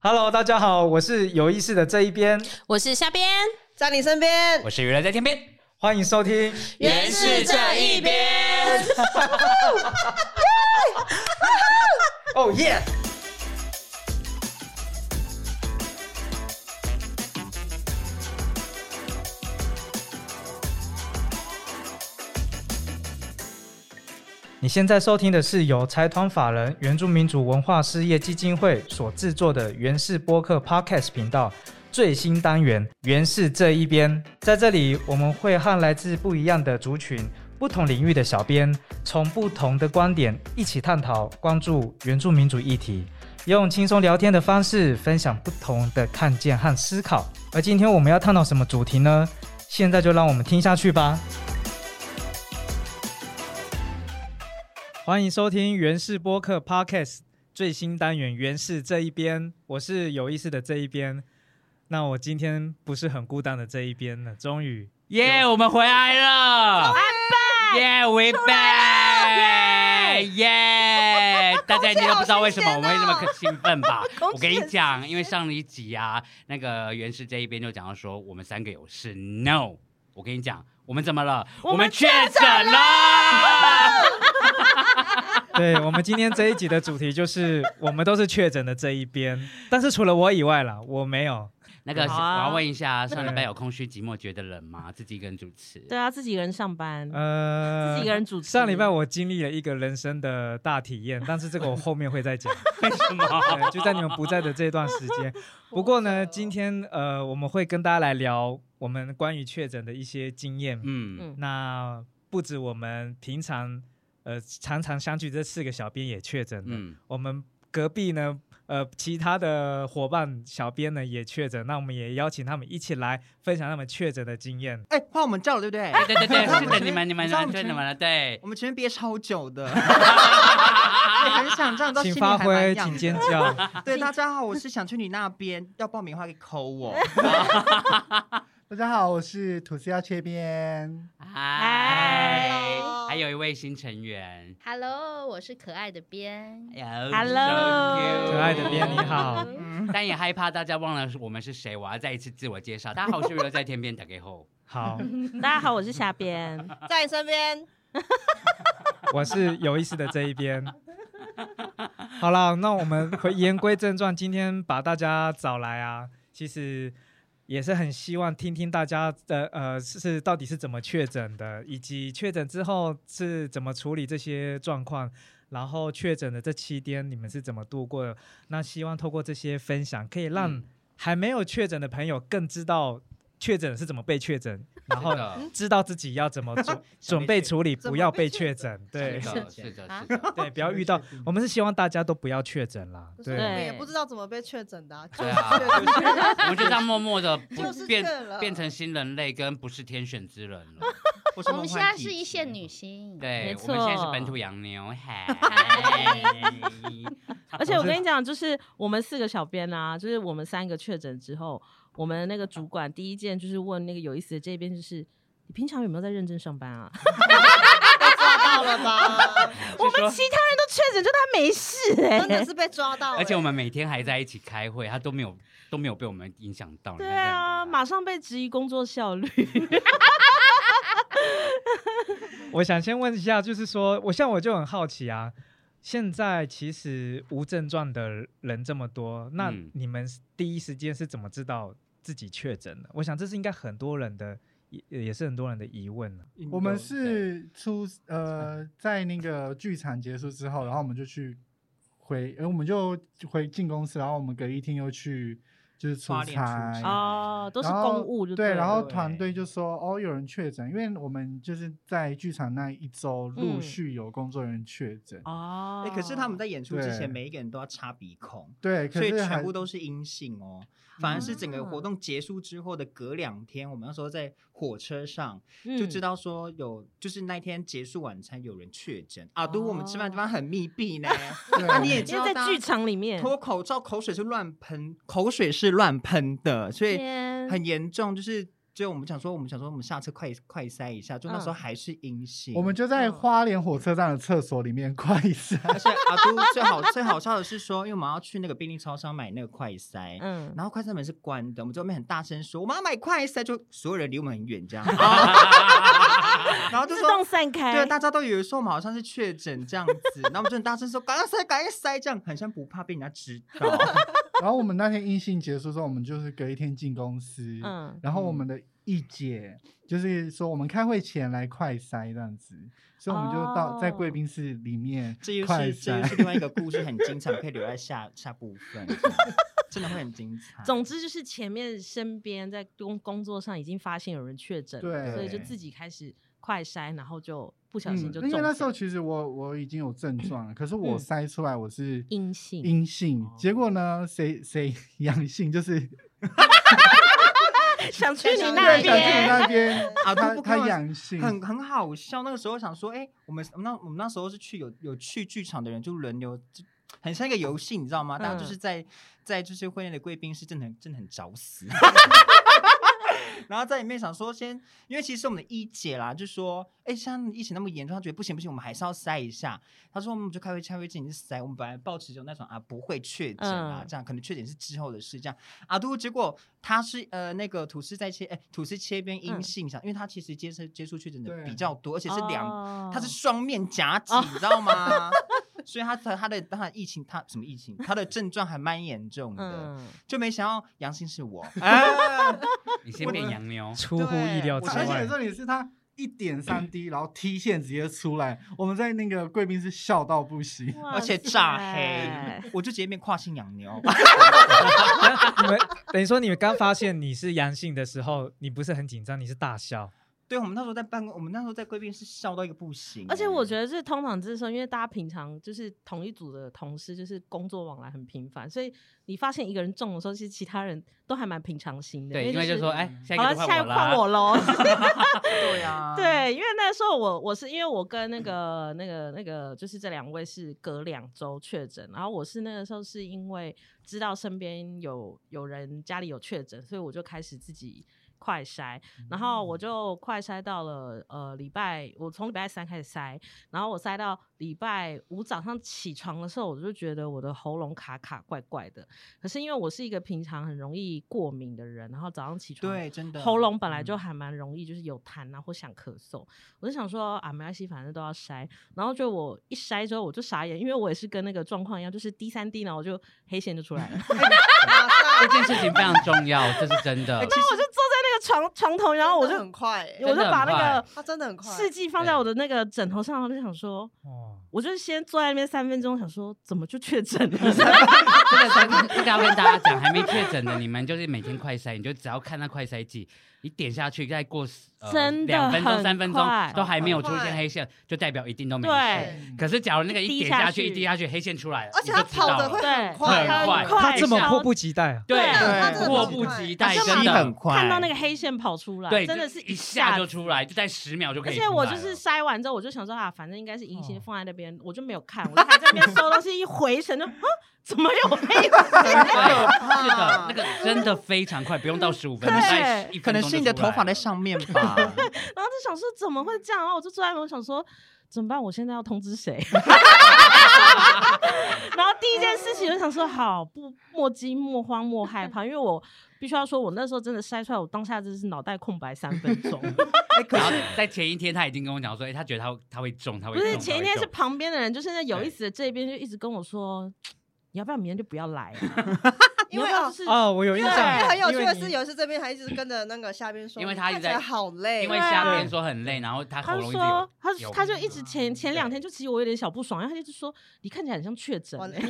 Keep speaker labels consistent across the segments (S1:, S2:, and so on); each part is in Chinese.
S1: Hello，大家好，我是有意思的这一边，
S2: 我是虾边，
S3: 在你身边，
S4: 我是娱乐在天边，
S1: 欢迎收听。
S2: 人是这一边。
S1: 哦耶！你现在收听的是由财团法人原住民族文化事业基金会所制作的原氏播客 Podcast 频道最新单元《原氏这一边》。在这里，我们会和来自不一样的族群、不同领域的小编，从不同的观点一起探讨、关注原住民族议题，用轻松聊天的方式分享不同的看见和思考。而今天我们要探讨什么主题呢？现在就让我们听下去吧。欢迎收听原氏播客 Podcast 最新单元《原氏这一边》，我是有意思的这一边。那我今天不是很孤单的这一边了，终于
S4: 耶、我们回来了，I'm back，耶、yeah,，We back，耶、大家应该都不知道为什 么我们为什么可兴奋 吧？我跟你讲，因为上一集啊，那个袁氏这一边就讲到说我们三个有事，No，我跟你讲，我们怎么了？我们确诊了。
S1: 对我们今天这一集的主题就是我们都是确诊的这一边， 但是除了我以外啦，我没有。
S4: 那个、
S2: 好啊
S4: 我要问一下，上礼拜有空虚寂寞觉得冷吗？自己一个人主持，
S2: 对啊，自己一个人上 班，
S1: 呃，
S2: 自己一个人主持。
S1: 上礼拜我经历了一个人生的大体 验，但是这个我后面会再讲，
S4: 为什么？
S1: 对就在你们不在的这段时 间。不过呢，今天呃，我们会跟大家来聊我们关于确诊的一些经验。
S4: 嗯，
S1: 那不止我们平常呃常常相聚这四个小编也确诊了，
S4: 嗯
S1: 我们隔壁呢，呃，其他的伙伴小编呢也确诊，那我们也邀请他们一起来分享他们确诊的经验。
S3: 哎，换我们叫了，对不对？
S4: 对对对，
S3: 你知道
S4: 是
S3: 我
S4: 的，
S3: 前
S4: 你们你们
S3: 知
S4: 你
S3: 道我
S4: 们
S3: 们
S4: 对
S3: 前
S4: 你们
S3: 面
S4: 了，对，
S3: 我们前面憋超 久的，也很想这样，
S1: 请发挥，请尖叫。
S3: 对，大家好，我是想去你那边，要报名的话可以扣我。
S5: 大家好，我是吐司要切边。
S4: 嗨
S2: 嗨，
S4: 还有一位新成员
S6: Hello，我是可爱的边。
S2: Hello
S1: 可爱的边你好，
S3: 嗯，
S4: 但也害怕大家忘了我们是谁，我要再一次自我介绍。大家好，我是娱乐在天边打给后，
S1: 好，
S2: 大家好，我是虾边。
S4: 啊
S3: 在你身边，
S1: 我是有意思的这一边。好了，那我们回言归正传，今天把大家找来啊，其实也是很希望听听大家的呃是是到底是怎么确诊的，以及确诊之后是怎么处理这些状况，然后确诊的这七天你们是怎么度过的？那希望透过这些分享，可以让
S4: 嗯
S1: 还没有确诊的朋友更知道确诊是怎么被确诊，然后
S4: 是的
S1: 知道自己要怎么准准备处理，
S3: 怎么
S1: 不要被确诊。对
S4: 是的，是的，是
S2: 啊
S4: 的，
S1: 对，不要遇到。我们是希望大家都不要确诊啦。
S7: 对，我
S1: 对
S7: 们也不知道怎么被确诊的、啊，就
S4: 对
S7: 是
S4: 啊
S7: 确诊
S4: 我们就这样默默的不
S7: 就是
S4: 变
S7: 这了
S4: 变成新人类，跟不是天选之人了。
S3: 我
S6: 我们现在是一线女星，
S4: 对
S2: 没，
S4: 我们现在是
S2: 错
S4: 本土洋 妞，嗨，
S2: 而且我跟你讲，就是我们四个小编啊，就是我们三个确诊之后，我们那个主管第一件就是问那个有意思的这边，就是你平常有没有在认真上班啊？
S7: 抓到了吧？
S2: 我们其他人都确诊，就他没事哎、
S7: 真的是被抓到、欸，
S4: 而且我们每天还在一起开会，他都没有都没有被我们影响到。你
S2: 对
S4: 看这样
S2: 啊，
S4: 子
S2: 马上被质疑工作效 率。
S1: 我想先问一下，就是说，我像我就很好奇啊，现在其实无症状的人这么多，那
S4: 嗯
S1: 你们第一时间是怎么知道自己确诊的？我想这是应该很多人的，也也是很多人的疑问啊
S5: 我们是出呃，在那个剧场结束之后，然后我们就去回，呃，我们就回进公司，然后我们隔一天又去就是出
S3: 花莲出
S5: 差
S3: 差。
S2: 哦，都是
S5: 然后
S2: 公务就
S5: 对，
S2: 了
S5: 然后
S2: 对
S5: 团队就说哦，有人确诊，因为我们就是在剧场那一周陆
S2: 嗯
S5: 续有工作人员确诊，
S2: 哦、
S3: 哎，可是他们在演出之
S5: 对
S3: 前，每一个人都要插鼻孔。
S5: 哦对，可
S3: 所以
S5: 是还
S3: 全部都是阴性哦，反而是整
S6: 嗯
S3: 个活动结束之后的隔两天，我们那时候在火车上，就知
S2: 道、
S3: 道说有，就是那天结束晚餐有人确诊啊，都我们吃饭
S2: 哦
S3: 的地方很密闭 呢，
S5: 对
S3: 啊你也
S2: 嗯
S3: 知
S2: 因
S3: 道
S2: 为
S3: 大
S2: 在
S3: 家
S2: 剧场里面，
S3: 脱口罩口水是乱喷，口水是乱喷的，所以
S6: 天，
S3: 很严重，就是就我们想说，我们想说，我们下次快快筛一下，就那时候
S2: 嗯
S3: 还是阴性。
S5: 我们就在花莲火车站的厕所里面 快一下，
S3: 而且阿都啊最好最好笑的是说，因为我们要去那个便利超商买那个快筛，
S2: 嗯，
S3: 然后快筛门是关的，我们就在那边很大声说我们要买快筛，就所有人离我们很远 这样， 然后就
S2: 自
S3: 说
S2: 动散开，
S3: 对，大家都以为说我们好像是确诊这样子，然后我们就很大声说赶快塞，赶快塞，这样很像不怕被人家知道。
S5: 然后我们那天阴性结束之后，我们就是隔一天进公司，
S2: 嗯，
S5: 然后我们的一姐就是说我们开会前来快筛这样子，所以我们就到在贵宾室里
S2: 哦
S5: 面
S3: 这又
S5: 快
S3: 是这又是
S5: 筛。
S3: 另外一个故事，很精彩，可以留在下下部分，这样真的会很精彩。
S2: 总之就是前面身边在工工作上已经发现有人确诊了，
S5: 对
S2: 所以就自己开始快筛，然后就不小
S3: 嗯
S2: 心就中
S5: 嗯因
S2: 奖、
S5: 为那时候其实我我已经有症状了，可是
S2: 嗯
S5: 我筛出来我是
S2: 阴性哦
S5: 阴性，结果呢谁谁 阳 性，就是
S2: 想去你
S7: 想
S2: 那
S5: 对想去你
S2: 边，
S5: 那边
S3: 啊
S5: 他
S3: 都不跟
S5: 他
S3: 我
S5: 阳性，
S3: 很很好笑，那个时候想说，哎、我们我们那我们那时候是去有有去剧场的人就轮流，就很像一个游戏，你知道吗？大家就是在、在就是婚宴的贵宾室，真的很真的很找死。然后在里面想说先，因为其实我们的一姐啦，就说，哎，像疫情那么严重，她觉得不行不行，我们还是要筛一下。她说我们就开会开会前去筛，我们本来抱持着那种啊不会确诊啊，
S2: 嗯
S3: 这样可能确诊是之后的事这样。啊，都结果他是呃那个吐司在切，哎、吐司切边阴
S2: 嗯
S3: 性上，因为他其实接触接触确诊的
S5: 对
S3: 比较多，而且是两，
S2: 哦
S3: 他是双面夹击，
S2: 哦
S3: 你知道吗？ 所以他他他的他的疫情，他什么疫情？他的症状还蛮严重的，
S2: 嗯，
S3: 就没想到阳性是我， 哎，
S4: 你先变洋妞，
S1: 出乎意料
S3: 我
S1: 之
S5: 而
S3: 想
S5: 且
S1: 外。啊
S5: 重点是他一点三滴，然后 T 线直接出来，我们在那个贵宾室笑到不行。
S2: 哇
S3: 而且炸
S2: 塞
S3: 黑，我就直接变跨性洋妞。
S1: 你们 等于说你们刚发现你是阳性的时候，你不是很紧张，你是大笑。
S3: 对，我们那时候在办公，我们那时候在贵宾室笑到一个不行，欸
S2: 而且我觉
S3: 得。
S2: 得是通常 这时候，因为大家平常就是同一组的同事，就是工作往来很频繁，所以你发现一个人中的时候，其实其他人都还蛮平常心的。
S4: 对，因为
S2: 是
S4: 就说哎，下一
S2: 好
S4: 个
S2: 了，
S4: 就
S2: 下一
S4: 换
S2: 个
S4: 我
S2: 换我
S4: 啦。
S2: 喽。
S3: 对 啊，
S2: 对，因为那时候我我是因为我跟那个那个那个就是这两位是隔两周确诊，然后我是那个时候是因为知道身边有有人家里有确诊，所以我就开始自己快筛，然后
S3: 嗯
S2: 我就快筛到了呃礼拜，我从礼拜三开始筛，然后我塞到礼拜五早上起床的时候，我就觉得我的喉咙卡卡怪怪的。可是因为我是一个平常很容易过敏的人，然后早上起床
S3: 对，真的
S2: 喉咙本来就
S3: 嗯
S2: 还蛮容易，就是有痰啊或想咳嗽。我就想说啊，没关系，反正都要筛。然后就我一筛之后，我就傻眼，因为我也是跟那个状况一样，就是滴三滴，然后我就黑线就出来了。
S4: 这件事情非常重要，这是真 的。
S2: 然后我就坐在那个床床头，然后我就
S7: 真的很快欸，
S2: 我就
S4: 真的很
S2: 把那个
S7: 他真的很快，
S2: 试剂放在我的那个枕头上，然后就想说，
S1: 哦，
S2: 我就是先坐在那边三分钟，想说怎么就确诊了？
S4: 真的真的，这个要跟大家讲，还没确诊的你们就是每天快筛，你就只要看那快筛剂，你点下去，再过呃
S2: 真的
S4: 两分钟、
S2: 很
S4: 三分钟
S2: 快
S4: 都还没有出现
S7: 快
S4: 黑线，就代表一定都没事。
S2: 对
S7: 对，
S4: 可是假如那个一
S2: 滴
S4: 点
S2: 下
S4: 下去，
S2: 去
S4: 一滴下去，黑线出来了，
S7: 而且
S4: 你
S7: 他
S4: 就知道
S7: 跑得
S4: 了
S7: 会
S2: 对
S7: 很快，
S4: 很快
S7: 快
S1: 他这么
S2: 笑
S1: 迫不及待啊！
S4: 对
S2: 对
S7: 他真的
S4: 迫
S7: 跑
S4: 不
S7: 得快
S4: 及待，
S7: 好
S4: 真
S7: 像
S3: 吸嗯很
S4: 的。
S3: 快，
S2: 看到那个黑线跑出来，
S4: 对，
S2: 真的
S4: 就是一下就
S2: 子
S4: 出来，就在十秒就可
S2: 而
S4: 以。
S2: 且我就是，筛完之后，我就想说啊，反正应该是阴
S1: 哦
S2: 性，放在那边，我就没有看，我就还在那边收东西，一回神就啊，怎么有黑色？
S4: 对， 是的，那个真的非常快，不用到十五分钟，
S2: 对
S4: 大概一
S3: 可
S4: 分
S3: 能
S4: 钟
S3: 是
S4: 就
S3: 你的
S4: 出来
S3: 头发
S4: 了
S3: 在上面 吧。
S2: 然后就想说怎么会这样？然后我就坐在那边，我想说怎么办？我现在要通知谁？ 然后第一件事情，我想说好不莫惊莫慌莫害怕，因为我必须要说，我那时候真的筛出来，我当下真是脑袋空白三分钟。
S4: 然后
S3: 哎
S4: 在前一天他已经跟我讲说，哎，他觉得他会他会中，他会
S2: 不
S4: 中
S2: 是前一天是
S4: 他会中
S2: 旁边的人，就是那有
S4: 对
S2: 意思的这一边就一直跟我说，你要不要明天就不要来、啊？
S7: 因为
S2: 你要不
S7: 啊
S2: 要就是
S1: 哦，我有印
S7: 因
S1: 象
S7: 为，很有
S1: 因
S7: 趣
S1: 为
S7: 的
S1: 你
S7: 是，有一次这边还一直跟着那个下边说，
S4: 因为
S7: 你
S4: 他一直
S7: 看起来
S4: 在
S7: 好累，
S4: 因为
S2: 对啊
S4: 下面说很累，然后他喉
S2: 他
S4: 咙
S2: 就
S4: 一直有
S2: 说，他
S4: 有嗯
S2: 他就一直前前两
S4: 对
S2: 天就其实我有点小不爽，然后他就说你看起来很像确诊、
S7: 完了
S2: 欸。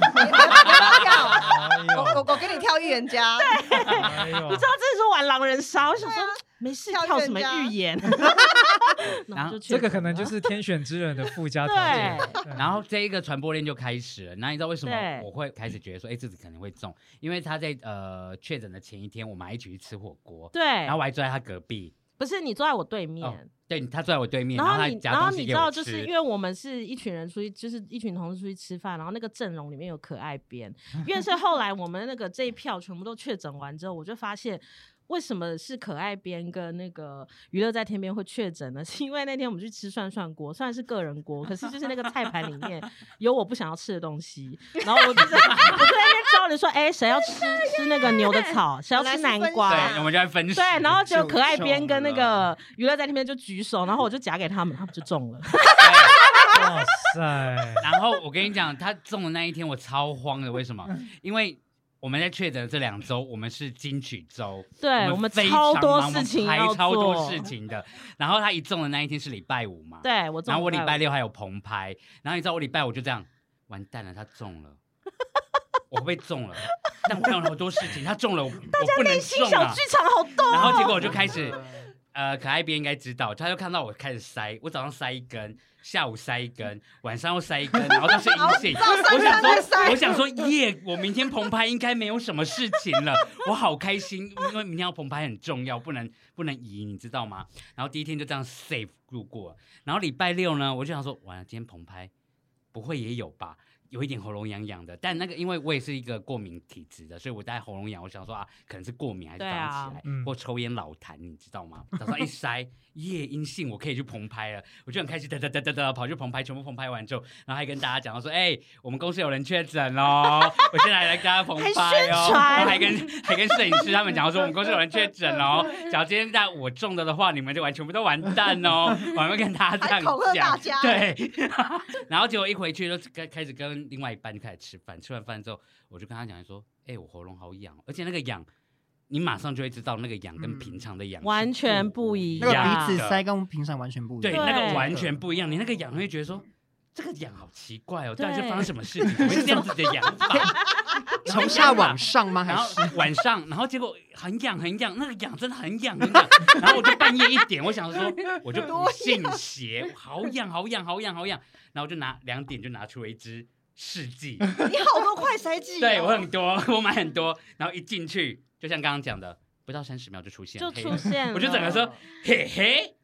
S1: 哎呦
S7: 我 我我给你跳预言家，
S1: 哎呦
S2: 你知道这是玩狼人杀，我想说、没事
S7: 跳
S2: 跳
S7: 人
S2: 什么
S7: 家
S2: 预 言，然
S4: 然
S2: 后
S4: 后
S2: 就
S1: 这
S2: 确
S1: 个
S2: 诊
S1: 可能就
S2: 了
S1: 是天选之人的附加条件。对
S4: 然后这一个传播链就开始了。那你知道为什么
S2: 对
S4: 我会开始觉得说，哎，这次可能会中？因为他在呃确诊的前一天，我们还一起去吃火锅，
S2: 对
S4: 然，后我还坐在他隔壁，
S2: 不是你坐在我对面。
S1: 哦
S4: 对他坐在我对面，
S2: 然
S4: 后他
S2: 你，
S4: 夹
S2: 然后
S4: 东西
S2: 你
S4: 给
S2: 知
S4: 我
S2: 道，
S4: 吃
S2: 就是因为我们是一群人出去，就是一群同事出去吃饭，然后那个阵容里面有可爱边，因为是后来我们那个这一票全部都确诊完之后，我就发现为什么是可爱边跟那个娱乐在天边会确诊呢？ 是因为那天我们去吃涮涮锅，虽然是个人锅，可是就是那个菜盘里面有我不想要吃的东西，然后我就是我就在 那边招人说，哎、谁要吃吃那个牛的草，谁要
S7: 本来
S2: 吃
S7: 是
S2: 南
S7: 分
S2: 瓜，
S7: 享啊
S4: 对，我们就在 分食。
S2: 对，然后就可爱边跟那
S4: 就中
S2: 个
S4: 了
S2: 娱乐在那边就举手，然后我就夹给他们，他们就中了。
S1: 哇塞，
S4: 然后我跟你讲，他中的那一天我超慌的，为什么？
S2: 嗯
S4: 因为我们在确诊这两周，我们是金曲周，
S2: 对我们
S4: 非
S2: 超
S4: 常
S2: 多
S4: 忙我们
S2: 事情
S4: 排
S2: 要
S4: 超多
S2: 做
S4: 事情的。然后他一中的那一天是礼拜五嘛，，
S2: 对我中，
S4: 然后我礼拜六还有棚拍，然后你知道我礼拜五就这样，完蛋了，他中了，我被中了，但我有好多事情，他中了，我我不能
S2: 新
S4: 中
S2: 小
S4: 啊
S2: 剧。场好逗、
S4: 然后结果我就开始，
S2: 嗯
S4: 呃，可爱边应该知道，他就看到我开始塞，我早上塞一根，下午塞一根，晚上又塞一根，然后都是阴性。我想说，我想说，耶，我明天澎湃应该没有什么事情了，我好开心，因为明天要澎湃很重要，不能不能移，你知道吗？然后第一天就这样 safe 度过，然后礼拜六呢，我就想说，完了，今天澎湃不会也有吧？有一点喉咙痒痒的，但那个因为我也是一个过敏体质的，所以我带喉咙痒，我想说啊，可能是过敏还是
S2: 对
S4: 早
S2: 啊
S4: 上起来、
S1: 嗯
S4: 或抽烟老痰，你知道吗？ 早上一塞，夜阴性，我可以去澎湃了，我就很开心，哒哒哒哒哒，跑去澎湃，全部澎湃完之后，然后还跟大家讲说，哎、我们公司有人确诊喽， 我现在来跟大家澎湃
S2: 还宣
S4: 哦，
S2: 传
S4: 然后还跟还跟摄影师他们讲说，我们公司有人确诊 哦，假如今天在我中了的话，你们就完全部都完蛋 哦，我还会跟大家这
S7: 还恐吓
S4: 样
S7: 大
S4: 讲，
S7: 家，，
S4: 对， 然后结果一回去就开开始跟另外一半就开始吃饭，吃完饭之后我就跟他讲说，哎、我喉咙好痒哦，而且那个痒，你马上就会知道那个痒跟
S5: 嗯
S4: 平常的痒是
S2: 完全不一
S3: 那个
S2: 样
S3: 鼻子塞跟平常完全不一样，
S4: 对，啊
S2: 对
S4: 那个完全不一样，你那个痒会觉得说。这个痒好奇怪哦，到底是
S2: 对
S4: 发生什么事情？怎么会是这样子的痒法？
S3: 从下往上吗？还
S4: 然后
S3: 是
S4: 晚上，然后结果很痒很痒，那个痒真的很痒很痒。然后我就半夜一点，我想说，我就不信邪，好痒好痒好痒好痒。然后我就拿两点就拿出了一支试剂，
S7: 你好多快塞剂 哦，
S4: 对我很多，我买很多。然后一进去，就像刚刚讲的，不到三十秒就出现，
S2: 就
S4: 嘿
S2: 出现了，
S4: 我就整个说，嘿嘿，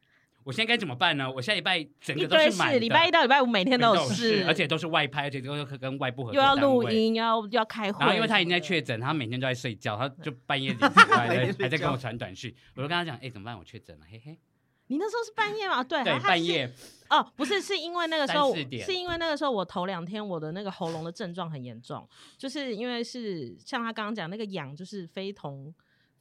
S4: 我现在该怎么办呢？我下礼拜整
S2: 一
S4: 个都
S2: 堆
S4: 满
S2: 事，
S4: 的
S2: 礼拜一到礼拜五每天
S4: 都
S2: 都有
S4: 事
S2: 事，，
S4: 而且都是外拍，而且都是跟外部合
S2: 又
S4: 作
S2: 要
S4: 单位
S2: 录。音，又要又要开会，
S4: 然后因为他已经在，确诊，他每天都在睡觉，他就半夜两点还
S3: 每天
S4: 在
S3: 睡觉
S4: 还在跟我传短讯，我就跟他讲，哎、怎么办？我确诊了，嘿嘿。
S2: 你那时候是半夜嘛？对，
S4: 对，
S2: 他
S4: 半
S2: 是
S4: 夜
S2: 哦，不是，是因为那个时候
S4: 三四，点
S2: 是因为那个时候我头两天我的那个喉咙的症状很严重，就是因为是像他刚刚讲那个痒，就是非同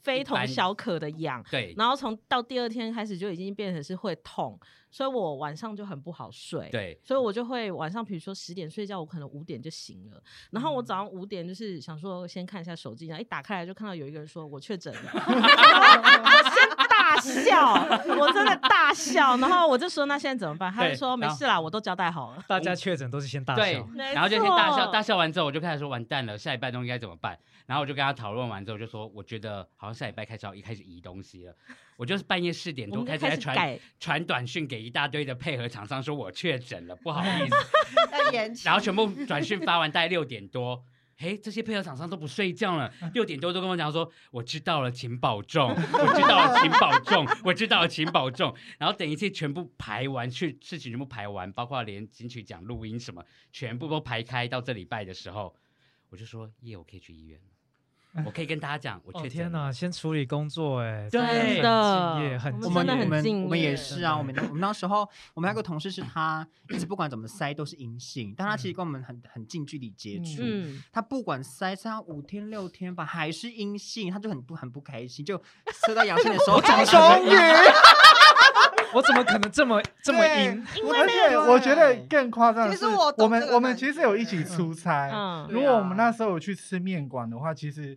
S2: 非同
S4: 般
S2: 小可的痒，
S4: 对
S2: 然后从到第二天开始就已经变成是会痛，所以我晚上就很不好睡。。
S4: 对，
S2: 所以我就会晚上，比如说十点睡觉，我可能五点就醒了。然后我
S4: 嗯
S2: 早上五点就是想说先看一下手机，然后一打开来就看到有一个人说我确诊了， 我先大笑，我真的大笑。然后我就说那现在怎么办？他就
S4: 对
S2: 说没
S4: 然后
S2: 事啦，我都交代好了。
S1: 大家确诊都是先大哦
S4: 对
S1: 笑，，
S4: 然后就先大笑，大
S2: 笑。
S4: 笑完之后我就开始说完蛋了，下礼拜东西该怎么办？然后我就跟他讨论完之后就说，我觉得好像下礼拜开始要一开始移东西了。我就是半夜四点
S2: 我
S4: 多
S2: 们就
S4: 开始
S2: 开
S4: 在
S2: 始
S4: 传
S2: 改，
S4: 传短讯给一大堆的配合厂商，说我确诊了，不好意 思。
S7: 要延期
S4: 然后全部短讯发完，大概六点多。嘿，这些配合厂商都不睡觉了，六点多都跟我讲说，我知道了，请保重，我知道了，请保 重，我知道了，请保重。然后等一切全部排完，去事情全部排完，包括连金曲奖录音什么，全部都排开到这礼拜的时候，我就说，耶，我可以去医院了，我可以跟大家讲，我
S1: 哦
S4: 确
S1: 天
S4: 诊了。
S1: 哪，先处理工作哎，
S4: 对
S1: 真的很敬业，很
S2: 我
S3: 我
S1: 敬
S2: 真
S3: 们
S2: 的
S3: 我
S2: 很
S1: 业。
S3: 们
S2: 敬
S3: 我们也
S2: 业
S3: 是啊，我们我们那时候我们那个同事是他一直不管怎么塞都是阴性，但
S4: 嗯
S3: 他其实跟我们很很近距离接触，
S2: 嗯，
S3: 他不管塞塞他五天六天吧还是阴性，他就很不很不开心，就塞到阳性的时候
S1: 开心
S3: 终于
S1: 我怎么可能这么这么阴？
S5: 我而且我觉得更夸张的
S7: 其
S5: 是，
S7: 实我懂
S5: 我们
S7: 这个
S5: 我们
S7: 感
S5: 其实
S7: 觉
S5: 有一起出差，
S2: 嗯
S3: 啊
S5: 如果我们那时候有去吃面馆的话，其实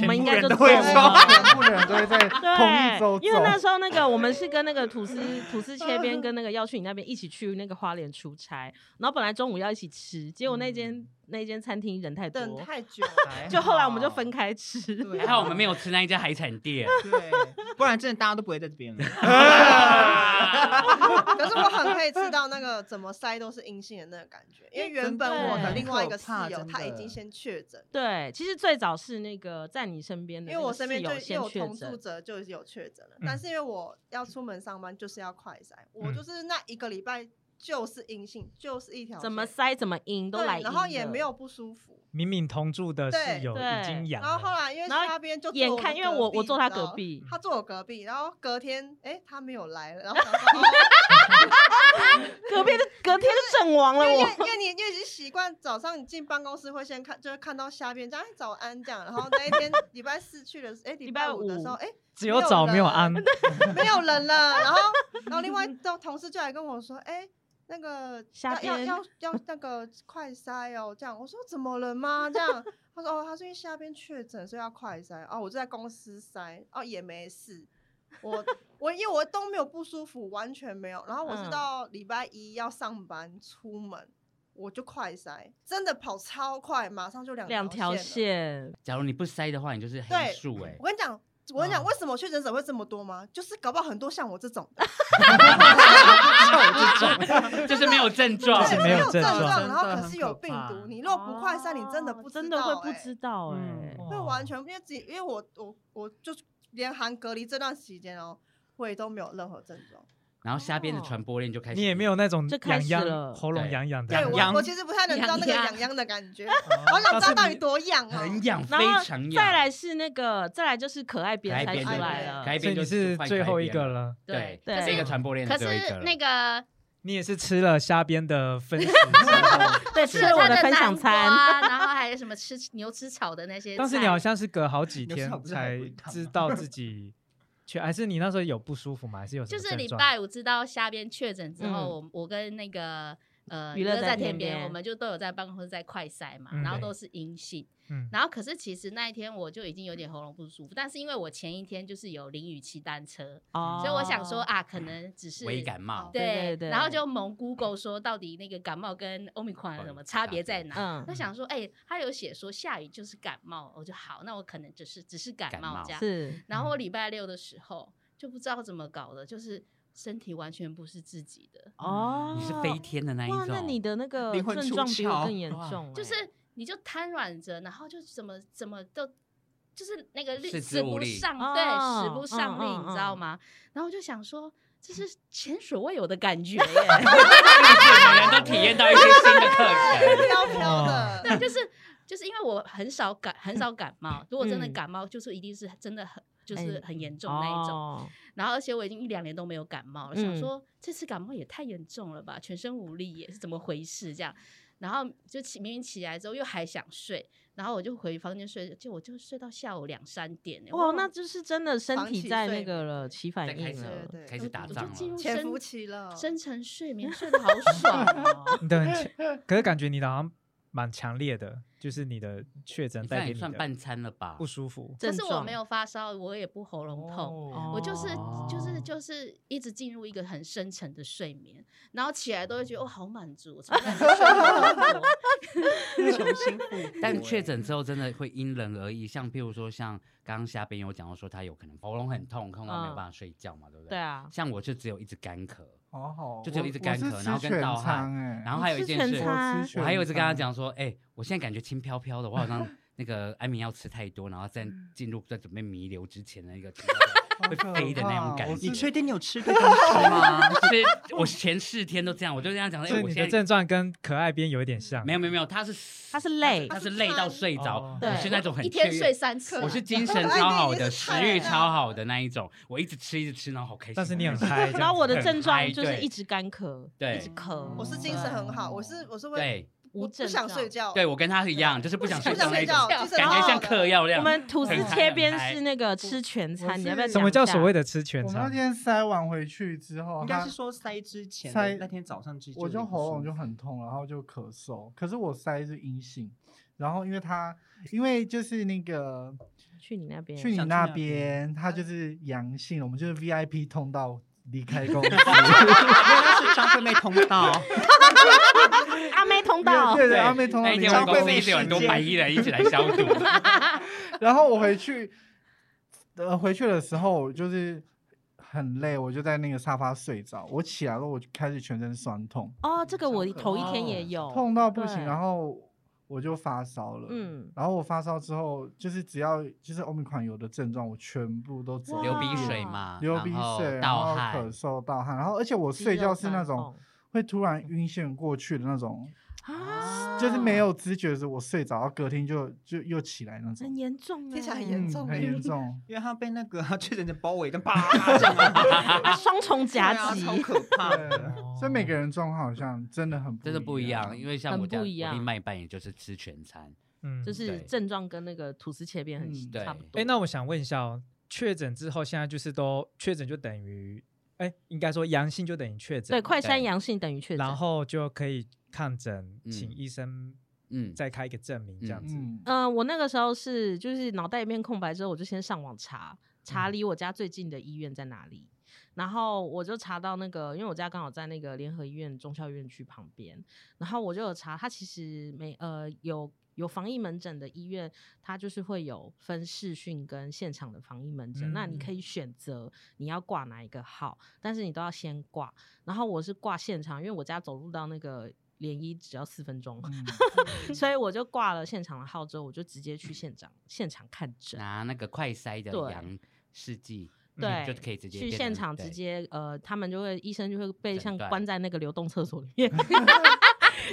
S2: 我们应该就
S3: 全
S2: 中
S3: 部人都会
S2: 了
S3: 啊中。
S5: 全部人都会在 同一 周
S2: 对，因为那
S5: 走。
S2: 时候那个我们是跟那个吐司 吐司切边跟那个要去你那边一起去那个花莲出差，然后本来中午要一起吃，结果那间、那间餐厅人太多，
S7: 嗯等太久了，
S2: 就后来我们就分开吃。
S7: 对
S4: 还好我们没有吃那一家海产 店。
S3: 对，不然真的大家都不会在这 边了。
S7: 可是我很可以吃到那个怎么塞都是阴性的那个感觉，因为原本我的另外一个室
S3: 对
S7: 友
S3: 很可怕
S7: 他已
S3: 真的
S7: 经先确诊，
S2: 对，其实最早是那个在你身边
S7: 因
S2: 的，
S7: 为我身边就
S2: 有
S7: 也
S2: 先
S7: 有
S2: 确
S7: 同住
S2: 诊，嗯
S7: 者就有确诊了，但是因为我要出门上班就是要快筛，我就是那一个礼拜就是阴性，就是一条
S2: 怎么
S7: 线
S2: 塞怎么阴都
S7: 对
S2: 来阴的，
S7: 然后也没有不舒服。
S1: 明明同住的室友
S2: 对
S1: 已经阳
S7: 然后后
S1: 了，
S7: 来因为
S2: 啊然后
S7: 他边就坐
S2: 眼
S7: 我
S2: 看，
S7: 的
S2: 因为
S7: 隔
S2: 我我
S7: 壁
S2: 坐
S7: 你
S2: 他
S7: 知
S2: 隔
S7: 道
S2: 壁，
S7: 他坐我隔壁，然后隔天哎、诶他没有来了，然后想说哦
S2: 隔壁就隔天就阵亡了
S7: 因为因
S2: 我
S7: 为。因为你因为已经习惯早上你进办公室会先看，就会看到下边这样哎早安这样，然后那一天 礼拜四去的时哎礼
S2: 礼拜
S7: 拜五的时候
S2: 五
S7: 哎
S1: 只有早没有安，
S7: 没有人了，然后然后另外同同事就来跟我说哎。那个
S2: 下
S7: 要要
S2: 边
S7: 要要那个快筛哦，这样我说怎么了吗？这样 他说哦，他是因为下边确诊，所以要快筛哦。我就在公司筛哦，也没事。我我因为我都没有不舒服，完全没有。然后我是
S2: 嗯
S7: 到礼拜一要上班出门，我就快筛，真的跑超快，马上就两
S2: 两条
S7: 条线了。
S2: 线，
S4: 假如你不塞的话，你就是黑
S7: 对
S4: 数哎
S7: 我。跟你讲，我跟你讲，
S4: 嗯
S7: 为什么确诊者会这么多吗？就是搞不好很多像我这种的，
S4: 像我这种， 就是没有症状，
S1: 就是
S7: 对
S1: 没有症
S7: 症
S1: 状
S7: 状，然后
S3: 真的
S7: 可
S3: 很
S7: 是
S3: 可
S7: 有病
S3: 怕
S7: 毒。你若不快筛，你真的
S2: 哦
S7: 不知道、
S2: 真的会不知
S7: 欸
S2: 道哎
S5: 嗯，
S1: 哇
S7: 会完全因为自己，因为我我我就连含隔离这段时间哦，我也都没有任何症状。
S4: 然后下边
S2: 哦
S4: 的传播链就开始，
S1: 你也没有那种
S2: 就开
S1: 痒
S2: 始
S1: 痒、
S2: 了
S1: 喉咙
S4: 对
S1: 痒痒的感
S7: 对
S4: 痒
S1: 我
S4: 痒
S7: 我我其实不太能知道那个
S2: 痒痒
S7: 痒痒的感觉，好想知道到底多痒啊！
S4: 很痒，非
S2: 然后
S4: 常痒。
S2: 再来是那个，再来就是可爱边
S4: 改
S2: 才
S4: 编
S2: 出
S7: 就
S2: 来
S7: 对
S2: 了
S4: 改，
S1: 所以
S4: 编
S1: 你
S4: 就是换
S1: 最
S4: 改
S1: 后一
S4: 编
S1: 个
S4: 了，
S1: 了，
S4: 对，
S2: 对
S4: 这个传播链
S6: 可
S4: 的最后一
S6: 是
S4: 个
S6: 那
S4: 了。
S6: 个
S1: 你也是吃了虾边的分食之后，
S2: 对，吃了我
S6: 的
S2: 分
S6: 南
S2: 享
S6: 瓜，
S2: 餐，
S6: 然后还有什么吃牛吃草的那些菜。
S1: 当时你好像是隔好几
S3: 有
S1: 天
S3: 时候不是还
S1: 才
S3: 不会烫吗
S1: 知道自己确，还是你那时候有不舒服吗？还是有什
S6: 就
S1: 么
S6: 是礼
S1: 症状？
S6: 拜五知道虾边确诊之
S2: 嗯
S6: 后，我我跟那个呃
S2: 娱乐在
S6: 在
S2: 天
S6: 天边，
S2: 边
S6: 我们就都有在办公室在快筛嘛
S1: 嗯，
S6: 然后
S1: 对
S6: 都是阴性。
S1: 嗯，
S6: 然后可是其实那一天我就已经有点喉咙不舒服，但是因为我前一天就是有淋雨骑单车，
S2: 哦
S6: 所以我想说啊，可能只是
S4: 微感冒，
S6: 对
S2: 对对对
S6: 然后就蒙 Google 说到底那个感冒跟 Omicron 有什么哦差别在哪？
S2: 嗯
S6: 我想说，哎、他有写说下雨就是感冒，我就好，那我可能只是只是感
S4: 感
S6: 冒嗯
S4: 冒
S6: 这样。
S2: 嗯 是
S6: 然后我礼拜六的时候就不知道怎么搞的，就是身体完全不是自己的，
S2: 哦，
S4: 嗯你是飞天的那一
S2: 哇
S4: 种，，
S2: 那你的那个
S3: 灵魂
S2: 症
S3: 出
S2: 状比我
S3: 窍
S2: 更严
S4: 哇
S2: 重欸，
S6: 就是你就瘫软着，然后就怎么怎么都就是那个力
S4: 四肢
S6: 使
S4: 无
S6: 不
S4: 力
S6: 上
S2: 哦
S6: 对，使不上力，
S2: 嗯嗯
S6: 你知
S2: 嗯
S6: 道吗？然后我就想说，这是前所未有的感觉耶。
S4: 每人都体验到一些新的课 程。
S7: 飘飘的，
S6: 对，就是就是因为我很少感很少感冒，如果真的
S2: 嗯
S6: 感冒，就是一定是真的很就是
S2: 很
S6: 很严重那一种。
S2: 哦
S6: 然后而且我已经一两年都没有感冒了，
S2: 嗯
S6: 想说这次感冒也太严重了吧，全身无力也是怎么回事这样。然后就起明明起来之后又还想睡，然后我就回房间睡，就我就睡到下午两三点欸。
S2: 哇，
S6: 我
S2: 那就是真的身
S7: 长
S2: 体
S7: 期
S2: 在
S7: 睡
S2: 那个
S7: 眠
S2: 了，起反
S4: 再开
S2: 应
S4: 始
S2: 了。
S7: 对
S4: 开始打
S6: 我
S4: 仗
S6: 就进入
S4: 了，
S7: 潜
S6: 深
S7: 伏期了，
S6: 深沉睡眠，睡得 好爽哦
S1: 你的很强，可是感觉你的好像蛮强烈的，就是你的确诊
S4: 你
S1: 带
S4: 算
S1: 给
S4: 也
S1: 你
S4: 算半
S1: 的
S4: 餐了吧
S1: 不？舒服。
S6: 可
S2: 症
S6: 是我
S2: 状
S6: 没有发烧，我也不喉咙痛，
S2: 哦
S6: 我就是就是
S1: 哦
S6: 就是一直进入一个很深沉的睡眠，然后起来都会觉得哦好满足，我从来没有睡过这么多
S3: 重新复活
S4: 但确诊之后真的会因人而异，像譬如说像刚刚下边有讲到说他有可能喉咙很痛，痛到没有
S2: 嗯
S4: 办法睡觉嘛，对不对？
S2: 对。啊，
S4: 像我就只有一直干咳，
S5: 好好，
S4: 就只有一直
S5: 我
S4: 干
S5: 我是
S4: 咳
S5: 吃
S4: 然后跟
S5: 全
S4: 盗汗
S5: 餐欸
S4: 然后还有一
S2: 是
S4: 件
S2: 全
S4: 事，
S2: 餐
S5: 我吃
S4: 我还有一直跟
S1: 嗯
S4: 他
S5: 全餐
S4: 讲说，哎、我现在感觉轻飘飘的，我好 像那个安眠药吃太多，然后在
S1: 嗯
S4: 进入在准备弥留之前的一个会飞的那种
S1: 哦
S4: 感觉
S3: 你
S5: 你
S3: 确
S5: 确
S3: 定你有吃对东西吗？
S4: 是我前四天都这样，我就这样讲，哎、
S1: 所以
S4: 我
S1: 你的
S4: 现在
S1: 症状跟可爱边有一点像，
S4: 没有没有没有，他是
S2: 他是累
S4: 他是累到睡
S1: 哦
S4: 着，
S6: 对
S4: 我是那种很
S6: 一天
S4: 雀跃
S6: 睡三次。啊
S4: 我是精神超好的，食欲超好的那一种，我一直吃一直吃，然后好开心。
S1: 但是你很嗨这样子。
S2: 然后我的症状
S4: 嗨
S2: 就是
S4: 对
S2: 一直干咳，
S4: 对
S2: 一直咳。
S7: 我是精神很好，我是我是会
S4: 对
S7: 我
S2: 无
S7: 不
S2: 症
S7: 想
S2: 状
S7: 睡。觉，
S4: 对，我跟他一样，就是不想
S7: 不
S4: 睡
S7: 想
S4: 觉那
S7: 睡
S4: 一
S7: 觉，
S4: 种，
S7: 精神
S4: 感
S7: 好
S4: 觉像
S7: 的
S4: 嗑药量。
S2: 我们吐司
S4: 很嗨
S2: 切
S4: 很
S2: 边
S4: 嗨
S2: 是那个吃全
S5: 我
S2: 餐，你要不要
S5: 是
S2: 讲
S1: 什么叫
S2: 一下
S1: 所谓的吃全
S5: 我那
S1: 餐？
S5: 天塞完回去之后，
S3: 应该
S5: 哦他
S3: 是说塞之前
S5: 塞
S3: 的那天早上之
S5: 我就喉咙就很痛，然后就咳嗽，可是我塞是阴性，然后因为他因为就是那个
S2: 去你那边？嗯
S5: 去你
S3: 想去
S5: 那
S3: 那边
S5: 边，他就是阳性，我们就是 VIP 通道 离开公司，
S3: 那是张惠妹通道，
S2: 阿妹通道，
S5: 对对，阿妹通道
S4: 那一
S5: 离
S4: 天
S5: 开
S4: 我
S3: 张
S4: 公司
S3: 惠
S5: 公
S3: 妹
S4: 一
S5: 司
S4: 直有很多
S3: 时间
S4: 白衣人一起来 消毒，
S5: 然后我回去，呃，回去的时候我就是很累，我就在那个沙发睡着。我起来了，我就开始全身酸痛，
S2: 哦，这个我
S3: 上课
S2: 头一天也有，
S5: 痛到不行，
S2: 哦对
S5: 然后我就发烧了。
S2: 嗯，
S5: 然后我发烧之后，就是只要就是 Omicron 有的症状，我全部都走
S2: 哇
S4: 流鼻水嘛，
S5: 流鼻水，
S4: 然后盗
S5: 然后咳
S4: 汗，
S5: 嗽、盗汗，然后而且我睡觉是那种，会
S7: 嗯
S5: 突然晕眩过去的那种，
S2: 啊，
S5: 就是没有知觉的时候，我睡着，然后隔天就就又起来那
S2: 很
S5: 种，
S2: 严重，
S7: 听起来很
S5: 嗯
S7: 严重
S5: 很
S7: 欸
S5: 严重。
S3: 因为他被那个确诊者包围跟啪这 样啊，
S2: 啊 双 重夹
S3: 对啊
S2: 击，
S3: 超可怕
S5: 对
S3: 的。，
S5: 所以每个人状况好像真的很
S4: 真的不一样，因为像
S2: 很
S4: 我
S2: 不
S4: 家我
S2: 一样
S4: 另外一半也就是吃全餐，
S1: 嗯，
S2: 就
S4: 对
S2: 是症状跟那个吐司切片很
S5: 嗯
S4: 对
S2: 差不多。
S1: 哎，那我想问一下哦，确诊之后现在就是都确诊就等于，哎，应该说阳性就等于确诊，
S2: 对快筛
S4: 对
S2: 阳性等于确诊，
S1: 然后就可以看诊，
S4: 嗯
S1: 请医生
S4: 嗯，
S1: 再开一个证明这样子。
S5: 嗯，
S2: 嗯、我那个时候是就是脑袋一片空白之后，我就先上网查查
S1: 嗯
S2: 离我家最近的医院在哪里，然后我就查到那个，因为我家刚好在那个联合医院中校院区旁边，然后我就有查，它其实每呃有。有防疫门诊的医院，它就是会有分视讯跟现场的防疫门诊，那你可
S1: 嗯
S2: 以选择你要挂哪一个号，但是你都要先挂。然后我是挂现场，因为我家走路到那个联医只要四分钟，
S4: 嗯
S2: 所以我就挂了现场的号之后，我就直接去现场现场看诊，
S4: 拿那个快筛的
S2: 对
S4: 羊试剂，嗯
S2: 对，
S4: 就可以直接
S2: 去
S4: 变
S2: 现
S4: 成
S2: 场直
S4: 对
S2: 接呃，他们就会医生就会被
S4: 诊
S2: 像
S4: 断
S2: 关在那个流动厕所里 面。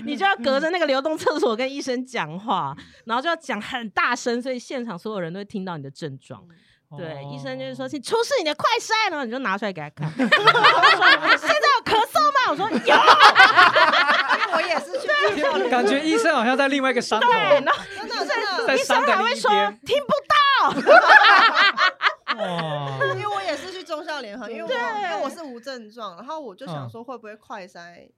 S2: 你就要隔着那个流动厕所跟医生讲话，然后就要讲很大声，所以现场所有人都会听到你的症状。
S1: 嗯
S2: 对，医生就是说，
S1: 哦
S2: 请出示你的快筛，然后你就拿出来给他 看。然后他说现在有咳嗽吗？我说有。
S7: 因为啊我也是去机票 旅
S1: 感觉医生好像在另外一个伤口，
S2: 对，然后
S7: 真的真
S1: 在
S7: 的，
S2: 医生
S1: 伤的
S2: 还
S1: 另
S2: 会
S1: 一
S2: 说
S1: 边。
S2: 听不
S1: 哇，
S7: 因为我也是去中校联合，因为我
S2: 对
S7: 因为我是无症状，然后我就想
S1: 嗯
S7: 说会不会快筛，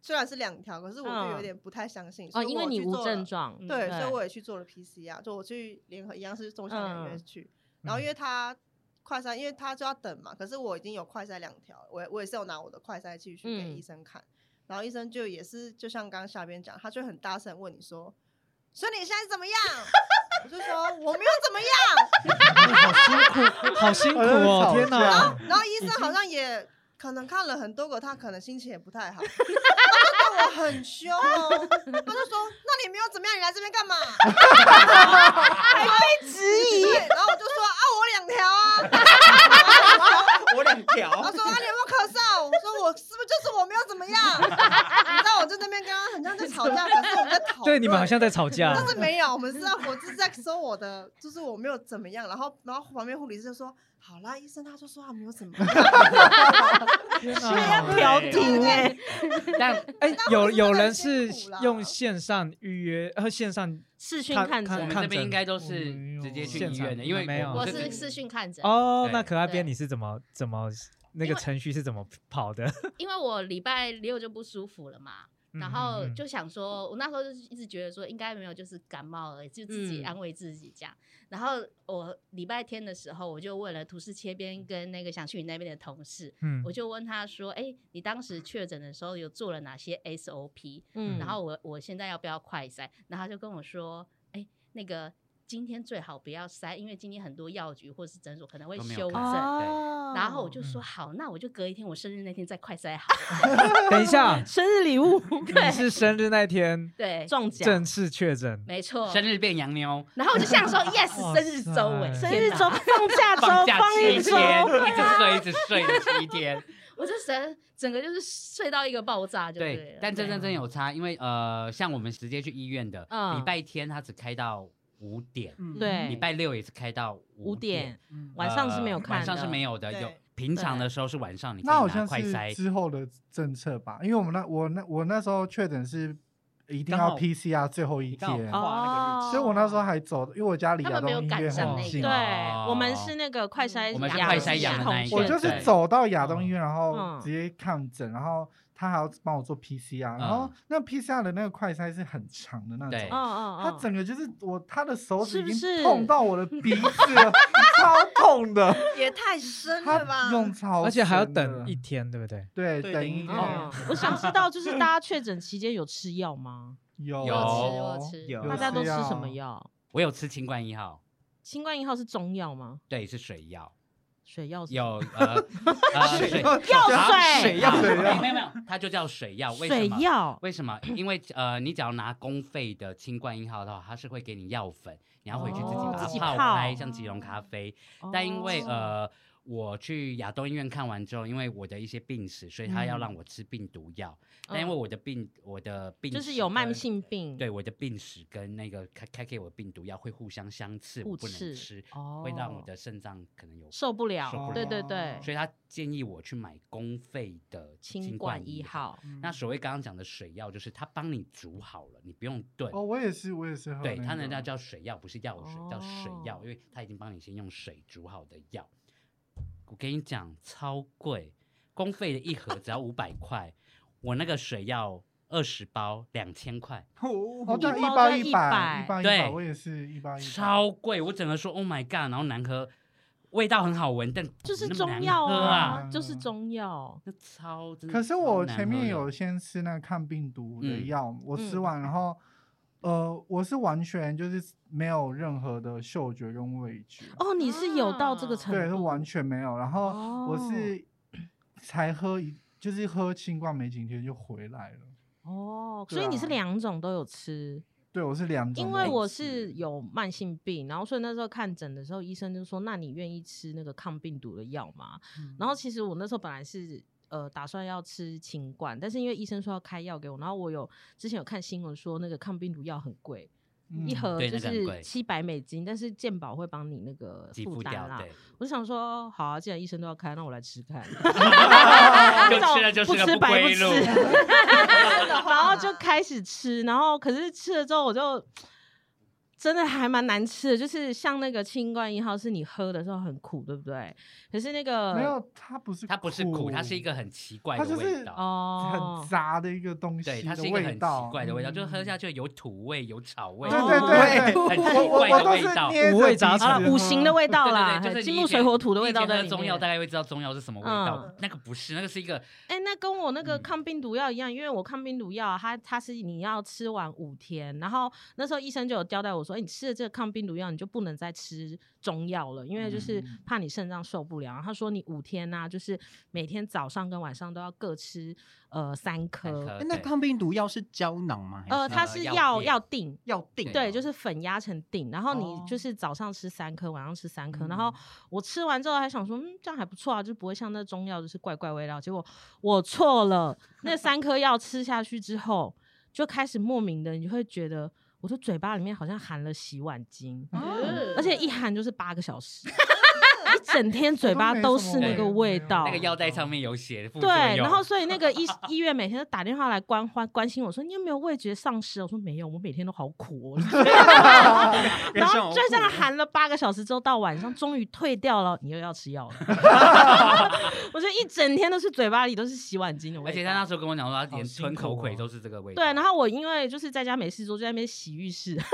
S7: 虽然是两条，可是我就有点不太相信。
S2: 嗯哦，
S7: 所以
S2: 因为
S7: 我
S2: 你
S7: 去
S2: 无
S7: 做了
S2: 症状，嗯
S7: 对，所以我也去做了 PCR，就我去联合一样是中校联
S2: 嗯
S7: 合医院去，然后因为他快筛，因为他就要等嘛，可是我已经有快筛两条了，我也我也是有拿我的快筛器去给
S2: 嗯
S7: 医生看，然后医生就也是就像刚刚下边讲，他就很大声问你说，所以你现在怎么样？我就说我没有怎么样，
S1: 好辛苦哦！
S5: 好
S1: 天
S5: 像在吵
S1: 哪，
S7: 然后医生好像也可能看了很多个，他可能心情也不太好，他 就对我很凶哦，他就说那你没有怎么样，你来这边干嘛？
S2: 被质疑。
S7: 对，然后我就说啊，我两条啊。
S3: 我两条
S7: 他，说啊，你有没有咳嗽？我说我是不是就是我没有怎么样？你知道我在那边跟他很像在吵架，可是我们在讨论
S1: 对，你们好像在吵 架。
S7: 但是没有，我们是在我是在说我的，就是我没有怎么样。然后然后旁边护理师就说好啦，医生他就说啊他没有怎么样。
S1: 天
S2: 因为
S4: 啊
S1: 哪
S2: 要调停哎，
S4: 但
S1: 哎，有有人是
S7: 但我觉得很辛苦啦
S1: 用线上预约，呃，线上
S2: 视讯
S1: 看
S2: 看
S1: 看
S4: 我
S2: 诊
S4: 们
S1: 看哦
S4: 这边应该都
S5: 我
S4: 是
S5: 没有
S4: 直接去
S1: 现
S4: 医
S1: 场
S4: 院的，
S1: 你
S4: 因
S1: 们
S4: 为
S1: 没有
S6: 我
S4: 这
S6: 是
S4: 边
S6: 视讯看诊，
S1: 哦。
S4: 对
S1: 那可爱边
S6: 对
S1: 你是怎么怎么那个
S6: 因为
S1: 程序是怎么跑的？
S6: 因为我礼拜六就不舒服了嘛，然后
S1: 嗯嗯嗯
S6: 就想说，我那时候就是一直觉得说应该没有，就是感冒而已，就自己
S2: 嗯
S6: 安慰自己这样。然后我礼拜天的时候，我就问了图室切边跟那个想去你那边的同事，
S1: 嗯
S6: 我就问他说：“哎、你当时确诊的时候有做了哪些 SOP？
S2: 嗯，
S6: 然后我我现在要不要快筛？”然后他就跟我说：“哎、那个今天最好不要筛，因为今天很多药局或是诊所可能会
S4: 都没有
S6: 休
S4: 开
S6: 诊。”
S4: 对
S6: 然后我 就
S1: 嗯
S6: 说：“好，那我就隔一天，我生日那天再快筛好。”
S1: 等一 下，
S2: 生日礼物
S1: 你是生日那天
S6: 对，
S2: 嗯中奖
S1: 正，式确诊，
S6: 没错。
S4: 生日变羊妞，
S6: 然后我就想说，yes，
S1: 哇
S6: 生日周哎，
S1: 塞
S2: 生
S6: 天
S2: 日
S6: 哪
S2: 周放假周
S4: 放假
S2: 放
S4: 七
S2: 一周，
S4: 天， 一直睡一直睡了七 天，
S6: 我就整整个就是睡到一个爆炸就对
S4: 对
S6: 了。，
S4: 但这
S6: 对
S4: 真真有差，因为呃，像我们直接去医院的，
S2: 嗯
S4: 礼拜天他只开到五点，
S3: 嗯
S2: 对
S4: 礼拜六也是开到
S2: 五
S4: 五
S2: 点
S4: 点，
S3: 嗯
S2: 晚上是没有
S4: 呃
S2: 看的，
S4: 晚上是没有的，
S7: 对
S4: 有平常的时候是晚上，你可以
S5: 那好
S4: 拿
S5: 像
S4: 快
S5: 是
S4: 筛，
S5: 之后的政策吧，因为我们那我那我那时候确诊是一定要
S3: 刚好
S5: PCR 最后一
S3: 你刚好
S5: 天，
S3: 画
S2: 哦
S5: 所以我那
S3: 哦
S5: 时候还走，因为我家离
S6: 他们
S5: 亚东
S6: 没有
S5: 医
S6: 赶
S5: 院
S6: 上
S5: 很
S6: 那个
S5: 近，
S2: 对
S4: 哦，
S2: 我们是那个快筛，
S4: 我们
S6: 是
S2: 阳
S6: 快筛阳
S2: 系
S6: 的
S2: 统
S4: 那一个
S5: 我
S2: 线
S5: 就是
S4: 对
S5: 走到亚东医院，然
S2: 嗯
S5: 后直接看诊，然后他还要帮我做 PCR，然后那 PCR 的那个快筛是很长的那
S4: 对
S5: 种
S2: 嗯。嗯嗯，
S5: 他整个就是我，他的手指
S2: 是
S5: 已
S2: 不
S5: 经
S2: 是
S5: 痛到我的鼻子了，超痛的。
S7: 也太深了吧
S5: 他！用超深的，
S1: 而且还要等一天，对不对？
S5: 对
S3: 对
S5: 等
S3: 等一天
S5: 一天
S2: 嗯，我想知道就是大家确诊期间有吃药吗？
S5: 有哦
S6: 我
S4: 有
S6: 吃我吃，
S3: 有
S5: 有
S2: 大家都吃
S5: 吃药
S2: 什么药？
S4: 我有吃清冠一号，
S2: 新冠一号是中药吗？
S4: 对，是水药，
S2: 水药是什么
S4: 有呃 呃水药
S2: 药
S4: 水
S2: 水
S4: 药，
S5: 啊水药
S4: 没有没有，它就叫水药，啊为
S2: 水
S4: 什么？
S2: 药
S4: 为什么？因为呃，你只要拿公费的清冠一号的话，它是会给你药粉，你要回去自己
S2: 哦
S4: 把
S2: 自己
S4: 它泡
S2: 泡
S4: 开，像即溶咖啡。但因为
S2: 哦
S4: 呃，我去亚东医院看完之后，因为我的一些病史，所以他要让我吃病毒药。但因为
S2: 嗯
S4: 我的病，我的病
S2: 就是
S4: 史
S2: 有慢
S4: 跟
S2: 性病，
S4: 对我的病史跟那个开开给我的病毒药会互相相斥，
S2: 互
S4: 我不能
S2: 斥
S4: 吃，
S2: 哦，
S4: 会让我的肾脏可能有。
S2: 受不了，
S4: 受不
S2: 对
S4: 了
S2: 对
S5: 哦
S2: 对，
S4: 所以他建议我去买公费的
S2: 清
S4: 冠
S2: 冠一
S4: 号。
S2: 号，
S5: 嗯
S4: 那所谓刚刚讲的水药，就是他帮你煮好了，你不用炖。
S5: 哦，我也是，我也是喝、那
S4: 对，它
S5: 个
S4: 那叫叫水药，不是药水，叫水药
S2: 哦，
S4: 因为它已经帮你先用水煮好的药。我跟你讲，超贵，公费的一盒只要五百块，我那个水药二十包两千块，
S5: 哦，
S3: 哦，
S5: 对，
S2: 一
S5: 一
S2: 包
S5: 包
S2: 在
S5: 一
S2: 100
S5: 百，一包一
S4: 对
S5: 百，我也是一包一百。
S4: 超贵，我整个说 Oh my god，然后难喝，味道很好闻，但
S2: 就是
S4: 怎么
S2: 中
S4: 那么
S2: 药
S4: 难喝啊，
S5: 啊
S2: 就是中药，
S4: 那超真的
S5: 可是
S4: 超
S5: 我
S4: 难
S5: 前
S4: 喝
S5: 面
S4: 的
S5: 有先吃那个抗病毒的
S4: 嗯
S5: 药，我吃完然后，呃，我是完全就是没有任何的嗅觉跟味觉，
S2: 哦，你是有到这个
S6: 啊
S2: 程度，
S5: 对，是完全没有。然后我
S2: 哦
S5: 是才喝一，就是喝清冠没几天就回来了。
S2: 哦，
S5: 对
S2: 所以你是
S5: 啊
S2: 两种都有吃，
S5: 对，我是两种
S2: 因
S5: 都吃，
S2: 为我是有慢性病，然后所以那时候看诊的时候，医生就说：“那你愿意吃那个抗病毒的药吗？”
S5: 嗯
S2: 然后其实我那时候本来是呃打算要吃清冠，但是因为医生说要开药给我，然后我有之前有看新闻说那个抗病毒药很贵，一
S5: 嗯
S2: 盒
S4: 对
S2: 就
S4: 那个很
S2: 是
S4: 贵
S2: 七百美金，但是健保会帮你那个
S4: 给
S2: 负
S4: 付
S2: 担
S4: 掉，
S2: 啦
S4: 对。，
S2: 我就想说，好啊，既然医生都要开，那我来吃 看，
S4: 就吃了就
S2: 不
S4: 是个
S2: 吃
S4: 不
S2: 白
S4: 归
S2: 不
S4: 路
S2: 吃。
S7: 然
S2: 然后就开始吃，然后可是吃了之后我就真的还蛮难吃的，就是像那个清冠一号是你喝的时候很苦，对不对？可是那个
S5: 没有，它不是
S4: 它不是苦，它是一个很奇怪的
S5: 它就是
S4: 味道。
S2: 哦
S5: 很，杂的一个东西
S4: 对，它
S5: 的
S4: 是一个
S5: 味
S4: 很
S5: 道，
S4: 奇怪的味道，就是喝下
S5: 去。
S4: 去有土味、有草味，
S5: 对
S2: 哦
S5: 对对
S4: 很
S5: 对，
S4: 奇
S5: 嗯我我
S4: 怪
S5: 我
S4: 的
S5: 都
S4: 味
S5: 是
S4: 道。
S5: 捏
S1: 五味
S5: 着
S1: 杂
S5: 鼻子
S1: 陈
S2: 啊，
S1: 啊
S5: 喝
S2: 五行的味道啦，
S4: 对对对，就是
S2: 金
S4: 你以
S2: 木水
S4: 前
S2: 火土的味道
S4: 你以前
S2: 在
S4: 喝
S2: 里
S4: 中药
S2: 面
S4: 大。概会知道中药是什么味道
S2: 嗯，
S4: 那个不是，那个是一个
S2: 哎、那跟我那个
S4: 嗯
S2: 抗病毒药一样，因为我抗病毒药，它它是你要吃完五天，然后那时候医生就有交代我说，哎、你吃了这个抗病毒药，你就不能再吃中药了，因为就是
S5: 嗯
S2: 怕你肾脏受不了。然后他说你五天呐、就是每天早上跟晚上都要各吃呃三颗，
S4: 颗
S3: 哎那
S4: 对
S3: 抗病毒药是胶囊吗？还
S2: 呃，
S3: 是
S2: 它是
S4: 药
S2: 药
S4: 片
S2: 药定。
S3: 药定
S2: 对，
S4: 哦
S2: 就是粉压成锭，然后你
S3: 哦
S2: 就是早上吃三颗，晚上吃三颗，然后我吃完之后还想说，嗯，这样还不错啊，就不会像那中药就是怪怪味道。结果我错了，那三颗药吃下去之后，就开始莫名的，你就会觉得我的嘴巴里面好像含了洗碗精，
S7: 哦
S6: 嗯
S2: 而且一含就是八个小时，一整天嘴
S5: 都
S2: 巴
S5: 没
S2: 都
S5: 什么
S2: 是那
S4: 味
S2: 个
S4: 没
S2: 味
S5: 有
S2: 道
S4: 那。个药袋上面有写的副作
S2: 对，
S4: 用。
S2: 然后所以那 个医医院每天都打电话来关关关心我说你有没有味觉丧失？我说没有，我每天都好苦哦。 然后就这样含了八个小时之后，到晚上终于退掉了，你又要吃药了。 我就一整天都是嘴巴里都是洗碗巾的味道，
S4: 而且他那时候跟我讲说，他
S5: 好
S4: 连
S5: 辛
S4: 吞口
S5: 苦
S4: 水
S5: 哦
S4: 都是这个味道。
S2: 对，然后我因为就是在家没事做，就在那边洗浴室， 在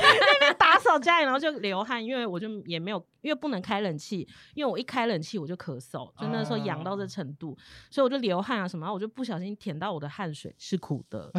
S2: 那边打扫家里，然后就流汗，因为我就也没有，因为不能开冷气，因为我一开冷气我就咳嗽，就那时候痒
S1: 啊
S2: 到这程度，所以我就流汗啊什么，然后我就不小心舔到我的汗水是苦 的，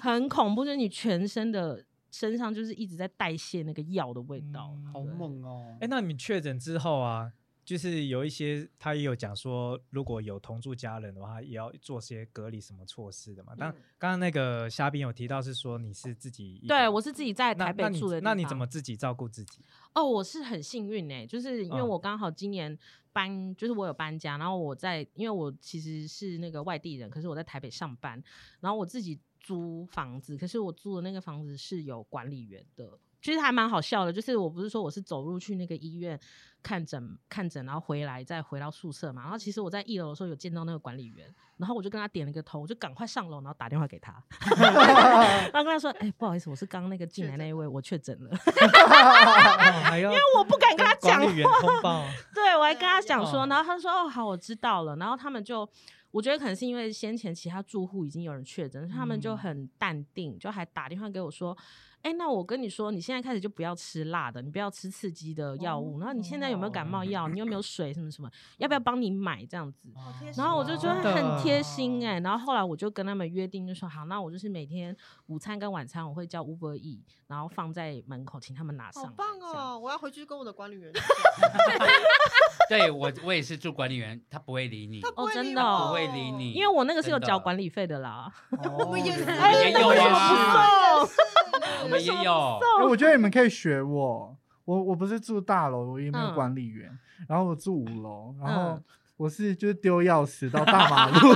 S2: 很恐怖，就是你全身的身上就是一直在代谢那个药的味道。
S5: 嗯
S3: 好猛哦！
S1: 哎，那你确诊之后啊，就是有一些他也有讲说，如果有同住家人的话，也要做些隔离什么措施
S2: 嗯
S1: 的嘛。但刚刚那个虾兵有提到是说你是自己一个
S2: 对，
S1: 人
S2: 我是自己在
S1: 嗯那
S2: 台北
S1: 那你
S2: 住的
S1: 那
S2: 地
S1: 你怎
S2: 方
S1: 么自己照顾自 己？
S2: 哦，我是很幸运哎、就是因为
S1: 嗯
S2: 我刚好今年搬，就是我有搬家，然后我在，因为我其实是那个外地人，可是我在台北上班，然后我自己租房子，可是我租的那个房子是有管理员的。其实还蛮好笑的，就是我不是说我是走路去那个医院看诊看诊，然后回来再回到宿舍嘛。然后其实我在一楼的时候有见到那个管理员，然后我就跟他点了个头，我就赶快上楼，然后打电话给 他，然后跟他说：“哎、不好意思，我是刚刚那个进来那一位，我确诊了。”
S1: 哦还要
S2: 因为我不敢跟他讲
S1: 管理员通报，
S2: 对， 我还跟
S7: 对啊
S2: 他
S7: 也
S2: 讲说，
S1: 嗯
S2: 然后他说哦好，我知道了。然后他们就，我觉得可能是因为先前其他住户已经有人确诊，他们就
S5: 嗯
S2: 很淡定，就还打电话给我说，哎、那我跟你说，你现在开始就不要吃辣的，你不要吃刺激的药物。然后你现在有没有感冒药？你有没有水什么什么？要不要帮你买这样子？
S7: 好贴心啊
S2: 然后我就觉
S1: 哇
S2: 得
S1: 真的
S2: 很贴心哎、然后后来我就跟他们约定，就说好，那我就是每天午餐跟晚餐我会叫 Uber E，然后放在门口，请他们拿上
S7: 好
S2: 来。
S7: 棒
S2: 这样！
S7: 哦！我要回去跟我的管理员讲，
S4: 对我我也是住管理员，他不会理你，
S7: 他
S4: 他
S7: 不会
S2: 真
S7: 理
S2: 的哦
S7: 我
S4: 不会理你，
S2: 因为我那个是有
S4: 真的
S2: 缴管理费的啦。
S7: 我们也是，
S4: 哎
S7: 我
S4: 也
S7: 们
S4: 有啊
S7: 也是
S4: 我们也有，
S5: 哎我觉得你们可以学我。我我不是住大楼，我也没有
S2: 嗯
S5: 管理员，然后我住五楼，然后
S2: 嗯
S5: 我是就是丢钥匙到大马 路，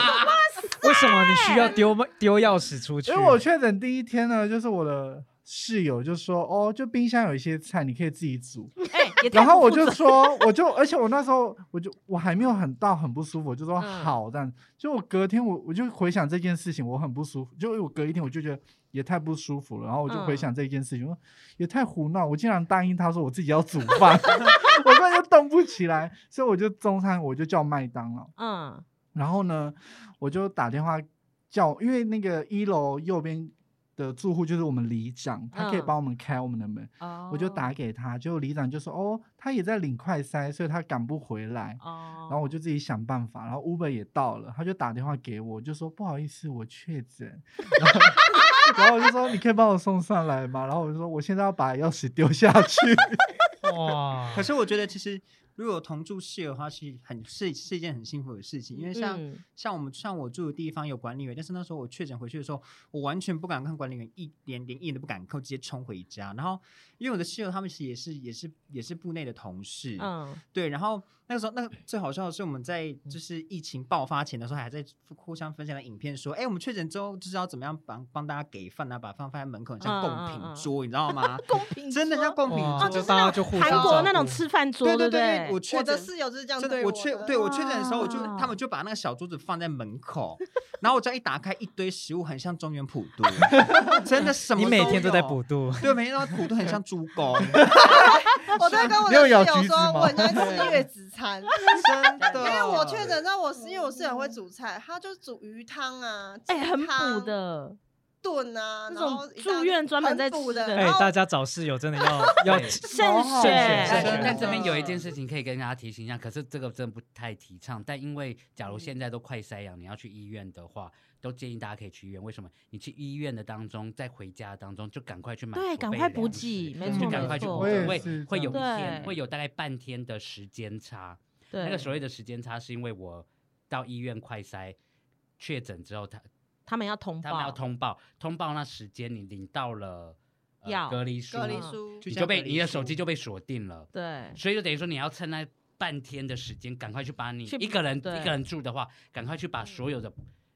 S1: 为什么你需要丢丢钥匙出去？
S5: 因为我确诊第一天呢，就是我的室友就说，哦，就冰箱有一些菜，你可以自己煮。
S2: 哎，也太
S5: 然后
S2: 不
S5: 我
S2: 负
S5: 就
S2: 责
S5: 说，我就，而且我那时候我就我还没有很到很不舒服，我就说
S2: 嗯
S5: 好，这样。就我隔天我我就回想这件事情，我很不舒服，就我隔一天我就觉得也太不舒服了，然后我就回
S2: 嗯
S5: 想这件事情，我说也太胡闹，我竟然答应他说我自己要煮饭， 我根本就动不起来，所以我就中餐我就叫麦当劳，
S2: 嗯
S5: 然后呢，我就打电话叫，因为那个一楼右边的住户就是我们里长，他可以
S2: 嗯
S5: 帮我们开我们的门。
S2: 哦，
S5: 我就打给他，结果里长就说哦，他也在领快筛，所以他赶不回来。
S2: 哦，
S5: 然后我就自己想办法，然后 Uber 也到了，他就打电话给我，就说不好意思，我确诊。 然后然后我就说你可以帮我送上来吗？然后我就说我现在要把钥匙丢下去。
S1: 哇，
S2: 哦
S3: 可是我觉得其实如果有同住室友的话，是很是是一件很幸福的事情，因为像、
S2: 嗯
S3: 像我们像我住的地方有管理员，但是那时候我确诊回去的时候，我完全不敢看管理员一连连一眼都不敢扣，直接冲回家。然后因为我的室友他们其实也是也是也是部内的同事，
S2: 嗯
S3: 对，然后那个时候，那个最好笑的是，我们在就是疫情爆发前的时候，还在互相分享的影片，说，哎，我们确诊之后就是要怎么样帮帮大家给饭啊，把饭放在门口，很像
S2: 嗯
S3: 贡
S2: 嗯嗯
S3: 品桌，你知道吗？
S7: 公平
S3: 真的
S7: 说
S3: 像贡品
S1: 哇
S3: 桌，
S1: 就大家就互相
S2: 韩国那
S1: 照
S2: 种
S1: 顾
S2: 吃饭桌，
S3: 对
S2: 对
S3: 对
S2: 不
S3: 对，我确
S7: 我的
S3: 诊。
S7: 室友就是这样
S3: 真
S7: 对
S3: 我
S7: 的
S3: 确对我确诊的时候，我就
S2: 哇
S3: 他们就把那个小桌子放在门口，然后我只要一打开，一堆食物很像中原普渡，真的什么
S1: 你每
S3: 都
S1: 天都在
S3: 有
S1: 补，度，
S3: 对，每天都在普渡，很像猪公，
S7: 我都会跟我
S5: 没有
S7: 的室友
S5: 咬橘子
S7: 说，
S5: 吗
S7: 我很喜欢吃月子餐，
S3: 真的。
S7: 因为我确诊之后，我是因为我室友会煮菜，他就煮鱼汤啊，
S2: 哎，
S7: 鸡
S2: 很补
S7: 汤
S2: 的，
S7: 炖啊，
S2: 那
S7: 然
S2: 种
S7: 后一
S2: 住
S7: 大堆
S2: 院专门
S7: 很
S2: 在
S7: 补
S2: 吃
S7: 的，
S2: 的
S1: 哎
S7: 然，后
S1: 大家找室友真的要要
S2: 慎
S5: 好
S1: 慎
S2: 选
S4: 但
S1: 选
S4: 但这边有一
S7: 真的
S4: 件事情可以跟大家提醒一下，可是这个真的不太提倡。但因为假如现在都快筛阳，你要去医院的话，都建议大家可以去医院。为什么？你去医院的当中，在回家当中就赶快去买，
S2: 对，赶快补给，，没
S5: 嗯
S2: 错
S4: 就赶快
S2: 没
S4: 去
S2: 错，
S4: 补
S5: 我也
S4: 会
S5: 是
S4: 会
S5: 这
S4: 有一
S5: 样
S4: 天
S2: 对
S4: 会有大概半天的时间差。
S2: 对
S4: 那个所谓的时间差，是因为我到医院快筛确诊之后，他
S2: 他们要通报，
S4: 他们要通报，通报那时间你领到了、呃、
S2: 药
S4: 隔离书，
S7: 隔离
S2: 嗯
S7: 书，
S4: 你就被你的手机就被锁定了。
S2: 对，
S4: 所以就等于说你要趁那半天的时间，赶快去把你
S2: 去
S4: 一个人一
S2: 对嗯
S4: 个人住的话，赶快去把所有的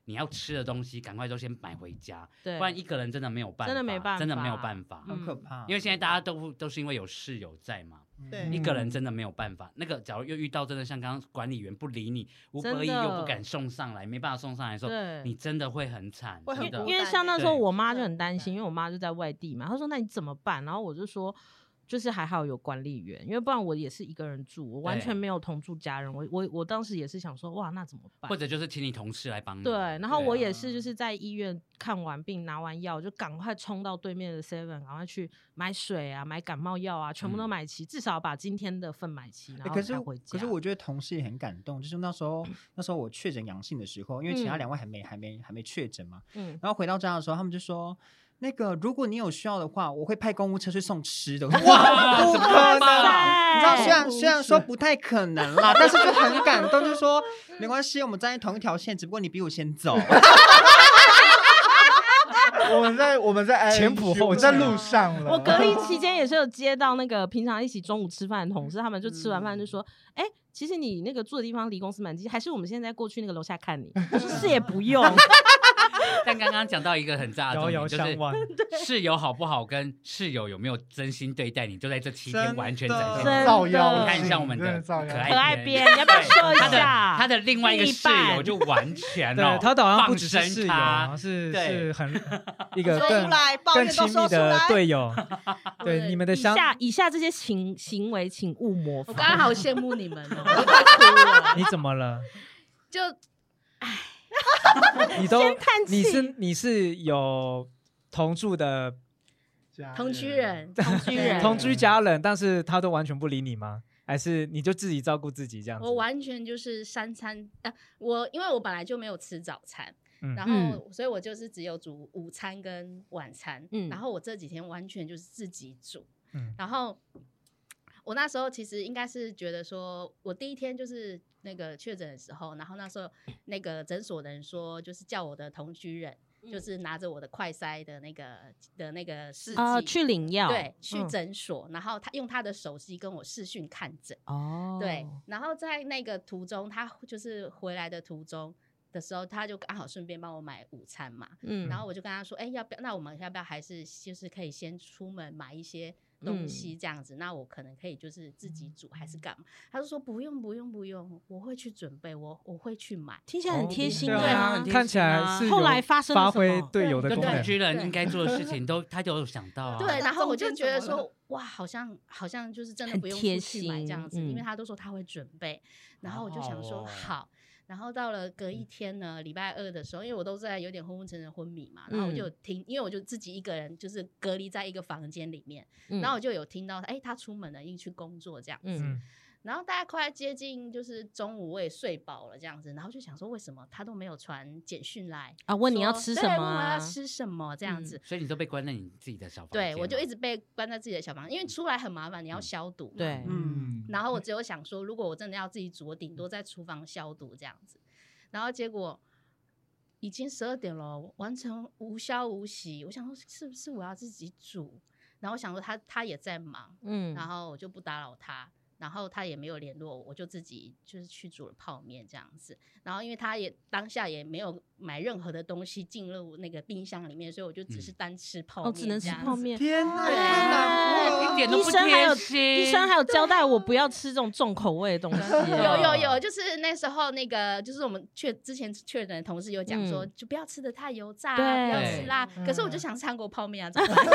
S4: 你要吃的东西，赶快都先买回家，
S2: 对，
S4: 不然一个人真的没有办法，
S2: 真的没办法
S4: 真的没有办法。
S2: 嗯
S3: 很可怕，
S4: 因为现在大家都都是因为有室友在嘛，
S1: 嗯
S7: 对
S4: 一个人真的没有办法。那个假如又遇到真的像刚刚管理员不理你，吴
S2: 真的
S4: 伯义又不敢送上来，没办法送上来的时候，
S2: 对
S4: 你真的会很惨，
S7: 会很
S4: 真的
S7: 孤
S2: 因为
S7: 单
S2: 像
S7: 欸
S2: 那时候
S4: 对
S2: 我妈就
S7: 真的
S2: 很担
S7: 孤
S2: 心，
S7: 单
S2: 因为我妈就在外地嘛，她说那你怎么办？然后我就说。就是还好有管理员，因为不然我也是一个人住，我完
S4: 对
S2: 全没有同住家人。我我我当时也是想说，哇，那怎么办
S4: 或？者就是请你同事来
S3: 嗯
S4: 帮你。
S2: 对，然后
S4: 对啊
S2: 我也是就是在医院看完病拿完药，就赶快冲到对面的 Seven，赶快去买水啊、买感冒药啊，全部都
S4: 嗯
S2: 买齐，至少把今天的份买齐，然
S3: 欸
S2: 后
S3: 可是
S2: 才
S3: 我
S2: 回家。
S3: 可是我觉得同事也很感动，就是那时候那时候我确诊阳性的时候，因为其
S2: 嗯
S3: 他两位还没、还没还没确诊嘛，
S2: 嗯，
S3: 然后回到家的时候，他们就说。那个，如果你有需要的话，我会派公务车去送吃的。 我说哇，不可能！你知道，
S2: 对
S3: 虽然虽然说不太可能啦，但是就很感动，就说没关系，我们站在同一条线，只不过你比我先 走。
S5: 我们在我们在
S1: 前仆
S5: ING
S1: 后
S5: 我在
S1: 继
S5: 路
S4: 啊
S5: 上了。
S2: 我隔 离期间
S3: 哦
S2: 也是有接到那个平常一起中午吃饭的同事，他们就吃完饭
S3: 嗯
S2: 就说：“哎、其实你那个住的地方离公司蛮近，还是我们现在过去那个楼下看 你？”我说：“是也不用，
S4: 但刚刚讲到一个很炸的重
S1: 遥遥
S4: 点，就
S1: 相
S4: 是
S1: 望。
S4: 室友好不好跟室友有没有真心对待你，就在这七天
S3: 真
S4: 完全
S3: 的
S4: 展现出来。
S2: 真
S5: 造
S2: 的
S5: 谣，
S4: 你看一下我们
S5: 真
S4: 的
S5: 造
S4: 可
S5: 谣
S4: 爱
S2: 可爱
S4: 边
S2: 边，你要不要说一
S4: 他的
S2: 下？”
S4: 他的另外一个
S2: 另一
S4: 室友
S2: 半
S4: 就完全哦
S1: 对，，他的好像不
S4: 放
S1: 只是室
S4: 生
S1: 友
S4: 他
S1: 啊，，是
S4: 对
S1: 是很一
S7: 说
S1: 个
S7: 出
S1: 更
S7: 来，抱
S1: 更
S7: 怨
S1: 亲
S7: 都
S1: 密
S7: 说出
S1: 的
S7: 来，
S1: 队友。对
S6: 对
S1: 你们的
S2: 以
S1: 相，
S2: 下以下这些行行为，请勿模
S6: 我
S2: 仿。
S6: 刚刚好羡慕你们哦，我都快哭
S1: 你
S6: 了，
S1: 怎么了？
S6: 就
S1: 你都
S2: 先叹气
S1: 你是你是有同住的
S5: 家
S6: 同居人，
S2: 同居
S6: 嗯
S2: 人
S1: 同居家人，但是他都完全不理你吗？还是你就自己照顾自己这样子？
S6: 我完全就是三餐，呃，我因为我本来就没有吃早餐，
S1: 嗯
S6: 然后所以我就是只有煮午餐跟晚餐，
S2: 嗯
S6: 然后我这几天完全就是自己煮，
S1: 嗯
S6: 然后我那时候其实应该是觉得说，我第一天就是那个确诊的时候，然后那时候那个诊所的人说，就是叫我的同居人，
S2: 嗯
S6: 就是拿着我的快筛的那个的那个试剂，
S2: 啊，去领药，
S6: 对去
S2: 嗯
S6: 诊所，然后他用他的手机跟我视讯看诊。
S2: 哦，
S6: 对，然后在那个途中，他就是回来的途中的时候，他就刚好顺便帮我买午餐嘛，
S2: 嗯，
S6: 然后我就跟他说，哎、要不要？那我们要不要还是就是可以先出门买一些东西
S2: 嗯
S6: 这样子？那我可能可以就是自己煮还是干嘛？他就说不用不用不用，我会去准备，我我会去买。
S2: 听
S1: 哦
S2: 起来很贴心
S1: 对
S6: 啊
S2: 啊
S6: 很，
S1: 看起来是有
S2: 后来发生了
S1: 发
S2: 什么
S1: 挥队友的
S4: 就
S1: 功
S4: 同
S1: 能，
S4: 居人
S6: 对
S4: 应该做的事情都他都有想到啊。
S6: 对，
S7: 那
S6: 然后我就
S7: 中
S6: 觉
S7: 间
S6: 得
S7: 怎么
S6: 说，哇，好像好像就是真的
S2: 很
S6: 不用
S2: 贴
S6: 出去买这
S2: 心
S6: 样子，因为
S2: 嗯
S6: 他都说他会准备，然后我就想说
S4: 哦
S6: 好。然后到了
S2: 嗯
S6: 隔一天呢，礼拜二的时候，因为我都在有点昏昏沉沉昏迷嘛，然后我
S2: 嗯
S6: 就有听，因为我就自己一个人就是隔离在一个房间里面，
S2: 嗯
S6: 然后我就有听到，哎，他出门了，因为去工作这样子。
S2: 嗯
S1: 嗯，
S6: 然后大概快接近就是中午，我也睡饱了这样子，然后就想说为什么他都没有传简讯来
S2: 啊，问你要
S6: 说
S2: 吃
S6: 对
S2: 什么
S6: 问我
S2: 啊
S6: 要？吃什么这样
S2: 嗯
S6: 子，
S4: 所以你都被关在你自己的小房间
S6: 对
S4: 了。
S6: 我就一直被关在自己的小房，因为出来很麻烦，你要消毒。，
S2: 对，
S5: 嗯，
S6: 然后我只有想说，如果我真的要自己煮，我顶多在厨房消毒这样子。然后结果已经十二点了，完全无消无息。我想说，是不是我要自己煮？然后我想说他他也在忙，
S2: 嗯，
S6: 然后我就不打扰他，然后他也没有联络我，我就自己就是去煮了泡面这样子。然后因为他也当下也没有买任何的东西进入那个冰箱里面，所以我就只是
S4: 嗯
S6: 单吃泡
S2: 哦，
S6: 面、
S2: 只能吃泡。面。
S5: 天
S7: 太难过了
S4: 一点都
S2: 医
S4: 不
S2: 生还有
S4: 贴心。
S2: 医生还有交代我不要吃这种重口味的东西。
S6: 有有有，就是那时候那个，就是我们确之前确诊的同事有讲说，
S2: 嗯
S6: 就不要吃的太油炸、啊，不要
S4: 对
S6: 吃辣。
S1: 嗯
S6: 可是我就想吃韩国泡面 啊，怎么办？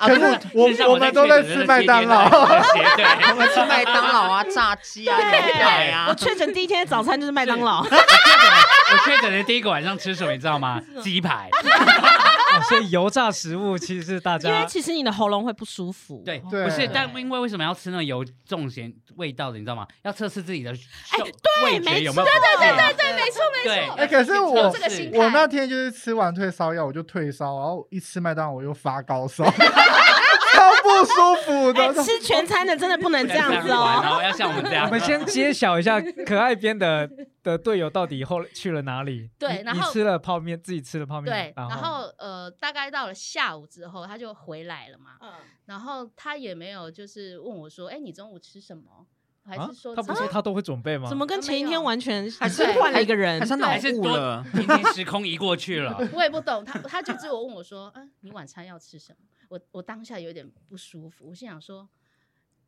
S4: 啊
S5: 可
S4: 对
S5: 是
S4: 了
S5: 我
S4: 事实上
S5: 我们都在
S4: 确诊
S5: 吃
S4: 的
S5: 麦
S4: 那些
S5: 当
S4: 天
S5: 劳
S4: 都在吃
S3: 我
S4: 对，
S3: 们吃麦当劳啊、炸鸡啊、牛排
S4: 对
S2: 我
S3: 啊，
S2: 确诊第一天的早餐就是麦当劳，
S4: 我确诊的第一个晚上吃什么，你知 道吗？鸡排。
S1: 哦所以油炸食物其实是大
S2: 因为
S1: 家
S2: 其实你的喉咙会不舒服。
S1: 哦
S4: 对，
S5: 对
S4: 不是，但
S6: 对
S4: 因为为什么要吃那种油重咸味道的，你知道吗？要测试自己的嗅
S2: 哎对
S4: 味觉
S2: 没
S4: 有没
S2: 错
S4: 有不
S6: 对
S4: 适
S6: 对对，没错没
S4: 对
S6: 错。
S5: 哎可是我
S6: 这个心态
S5: 我那天就是吃完退烧药，我就退烧，然后一吃麦当劳我又发 高烧，超不舒服
S2: 哎，
S5: 的。
S2: 吃全餐的真的不能这样子
S4: 玩然
S2: 哦。
S4: 后要像我们这样。
S1: 我们先揭晓一下可爱边的的队友到底后去了哪里？
S6: 对
S1: 你
S6: 然
S1: 你
S6: 后
S1: 吃了泡面，自己吃了泡面，
S6: 对，
S1: 然啊
S6: 然后呃，大概到了下午之后，他就回来了嘛。
S2: 嗯
S6: 然后他也没有就是问我说，哎，你中午吃什么？还
S1: 啊
S6: 是说，
S1: 他不是说他都会准备吗？
S2: 怎么跟前一天完全
S3: 还
S6: 是
S2: 换了一个人
S3: 还？是脑
S4: 还是
S3: 雾
S4: 多
S3: 了？
S4: 已经时空移过去了。
S6: 我也不懂，他他就只有问我说：“嗯、你晚餐要吃什么？”我我当下有点不舒服，我心想说：“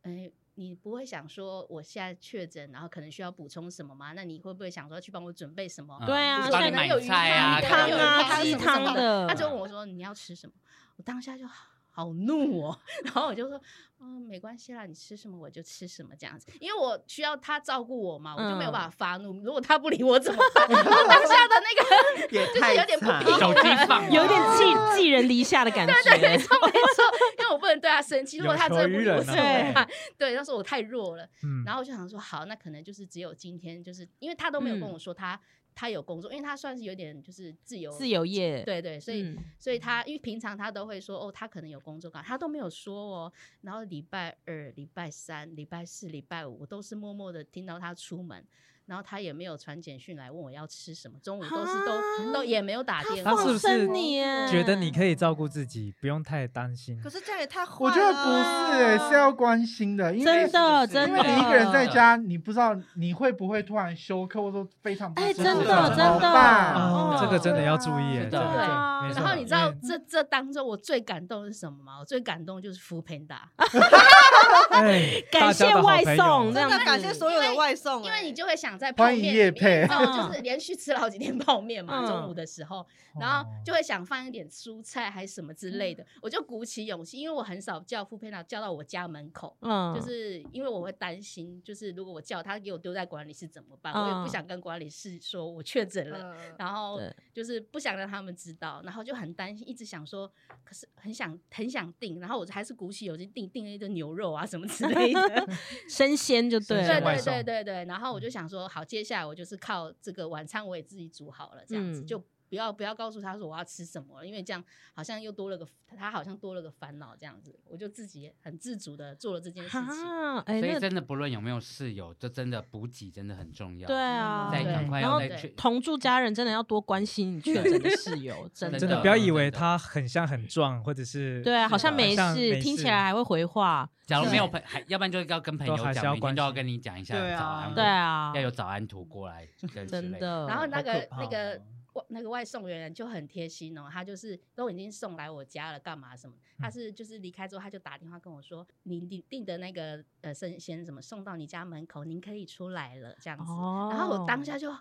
S6: 哎、你不会想说我现在确诊，然后可能需要补充什么吗？那你会不会想说去帮我准备什么？”
S4: 嗯
S2: 对啊
S4: 就是
S6: 可
S4: 帮你
S6: 能
S4: 买
S6: 有鱼
S4: 菜啊，
S2: 可能
S6: 汤
S2: 有鱼汤啊
S6: 啊、
S2: 鸡
S6: 有
S2: 汤
S6: 什么
S2: 的
S6: 他就问我说：“你要吃什么？”我当下就好怒哦， 然后我就说：“嗯，没关系啦，你吃什么我就吃什么这样子，因为我需要他照顾我嘛，我就没有
S2: 嗯
S6: 办法发怒。如果他不理我怎么办？ 我当下的那个。”
S3: 也
S6: 是
S3: 太
S6: 有点不
S3: 惨
S6: 平
S4: 手机放
S2: 有点寄寄人篱下的感觉。哎
S6: 没错，因为我不能对他生气，如果他真的不理我
S1: 有
S6: 怎
S1: 求
S6: 么
S1: 于
S2: 人啊
S6: 办？对，那时候我太弱了，
S1: 嗯，
S6: 然后我就想说，好，那可能就是只有今天，就是因为他都没有跟我说他、他有工作，因为他算是有点就是自由
S2: 自，由业，
S6: 对对，所以、
S2: 嗯
S6: 所以他因为平常他都会说哦，他可能有工作岗，他都没有说哦。然后礼拜二、礼拜三、礼拜四、礼拜五，我都是默默的听到他出门。然后他也没有传简讯来问我要吃什么，中午都是都都也没有打电
S1: 他
S6: 话，
S1: 是不是
S2: 你耶
S1: 觉得你可以
S2: 嗯
S1: 照顾自己，不用太担心
S7: 可。是这样也太坏了。
S5: 我觉得不是、欸，是要关心的，因为
S2: 真的
S4: 是
S2: 真
S5: 因
S2: 的，
S5: 为你一个人在家，你不知道你会不会突然休克，或者说非常不
S2: 哎
S5: 舒服
S2: 真的
S5: 怎么
S2: 真的
S5: 办
S1: 哦
S2: 哦，
S1: 这个真的要注意耶，
S4: 是
S1: 这
S4: 的
S1: 个
S6: 对
S2: 啊
S1: 没错
S6: 然后你知道
S1: 因为
S6: 这这当中我最感动的是什么吗？我最感动就是福培达，
S1: 哎，
S2: 感谢
S1: 大
S2: 外
S1: 家的好朋
S2: 送，
S1: 友
S2: 这样
S7: 真
S2: 子
S7: 的感谢所有的外送欸，
S6: 因为你就会想在泡
S5: 欢
S6: 面
S5: 迎
S6: 里
S5: 业
S6: 面，
S5: 配
S6: 因为我
S2: 嗯
S6: 就是连续吃了好几天泡面嘛，
S2: 嗯
S6: 中午的时候，然后就会想放一点蔬菜还是什么之类
S2: 嗯
S6: 的，我就鼓起勇气，因为我很少叫福培达叫到我家门口。
S2: 嗯，
S6: 就是因为我会担心，就是如果我叫他给我丢在管理室怎么办？我也
S2: 嗯
S6: 不想跟管理室说我确诊
S2: 呃
S6: 了，
S7: 嗯
S6: 然后
S2: 对
S6: 就是不想让他们知道，然后就很担心，一直想说，可是很想很想订，然后我还是鼓起勇气订订了一顿牛肉啊什么之类的，
S2: 生鲜就对
S1: 生
S6: 对
S1: 鲜外
S2: 了，
S6: 对
S1: 送嗯
S6: 对对对，然后我就想说，好，接下来我就是靠这个晚餐我也自己煮好了，这样子、
S2: 嗯
S6: 就。不要不要告诉他说我要吃什么，因为这样好像又多了个他好像多了个烦恼这样子，我就自己很自主的做了这件事情。
S2: 哈，哎，
S4: 所以
S2: 那
S4: 真的不论有没有室友，这真的补给真的很重要。
S2: 对啊，
S4: 再赶快
S2: 然
S4: 要
S2: 后
S4: 再
S6: 对
S4: 去
S2: 同住家人真的要多关心你确诊的室友，真的
S1: 真的不要以为他很像很壮，或者是
S2: 对啊，好像
S1: 呃
S2: 没事，
S1: 没
S2: 听起来还会回话，
S4: 假如
S6: 对
S4: 没有朋，还要不然就是要跟朋友
S1: 都还是要
S4: 讲，每
S1: 关
S4: 天都要
S1: 心
S4: 跟你讲一下
S3: 对啊
S4: 早安，
S2: 对，啊
S4: 嗯要，有早安图过来，跟之
S2: 真
S4: 类。
S2: 的，
S6: 然后那
S1: 好可
S6: 个
S1: 怕
S6: 那个
S1: 哦
S6: 外那个外送员就很贴心哦，他就是都已经送来我家了，干嘛什么？
S1: 嗯
S6: 他是就是离开之后，他就打电话跟我说，你你订的那个呃生鲜什么送到你家门口，您可以出来了这样子。
S2: 哦，
S6: 然后我当下就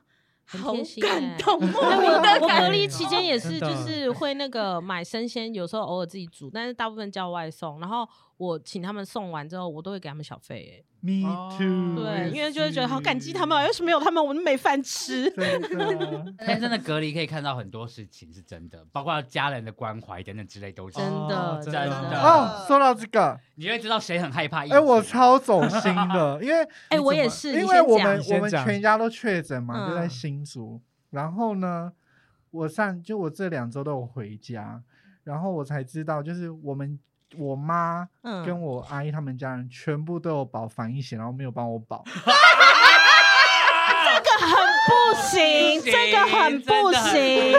S2: 很
S6: 好
S2: 贴心欸
S6: 感动，莫
S2: 对
S6: 名
S2: 我
S6: 的感
S2: 我
S6: 动
S2: 隔离期间也
S1: 真
S2: 是，就
S1: 的
S2: 是会那个买生鲜，有时候偶尔自己煮，但是大部分叫外送。然后我请他们送完之后，我都会给他们小费、
S5: Me
S3: 哦
S5: too，
S2: 哎，
S3: 我也
S2: 对，因为就会觉得好感激他们，啊要是没有他们，我就没饭吃。
S5: 真的
S4: 但真的隔离可以看到很多事情是真的，包括家人的关怀等等之类都是。
S2: 真的
S1: 哦真的
S4: 真的
S5: 哦，说到这个，
S4: 你会知道谁很害怕疫情。
S5: 哎，我超走心的，因为
S2: 哎、
S1: 你
S2: 我
S1: 怎
S2: 也
S1: 么
S2: 是，
S5: 因
S2: 你
S5: 为
S2: 先
S5: 我
S2: 讲
S5: 们
S1: 你先
S5: 我们
S1: 讲
S5: 全家都确诊嘛，就在
S2: 嗯
S5: 新竹。然后呢，我上就我这两周都有回家，然后我才知道，就是我们我妈
S2: 嗯
S5: 跟我阿姨他们家人全部都有保防疫险，然后没有帮我保。
S2: 不行，这个很不行。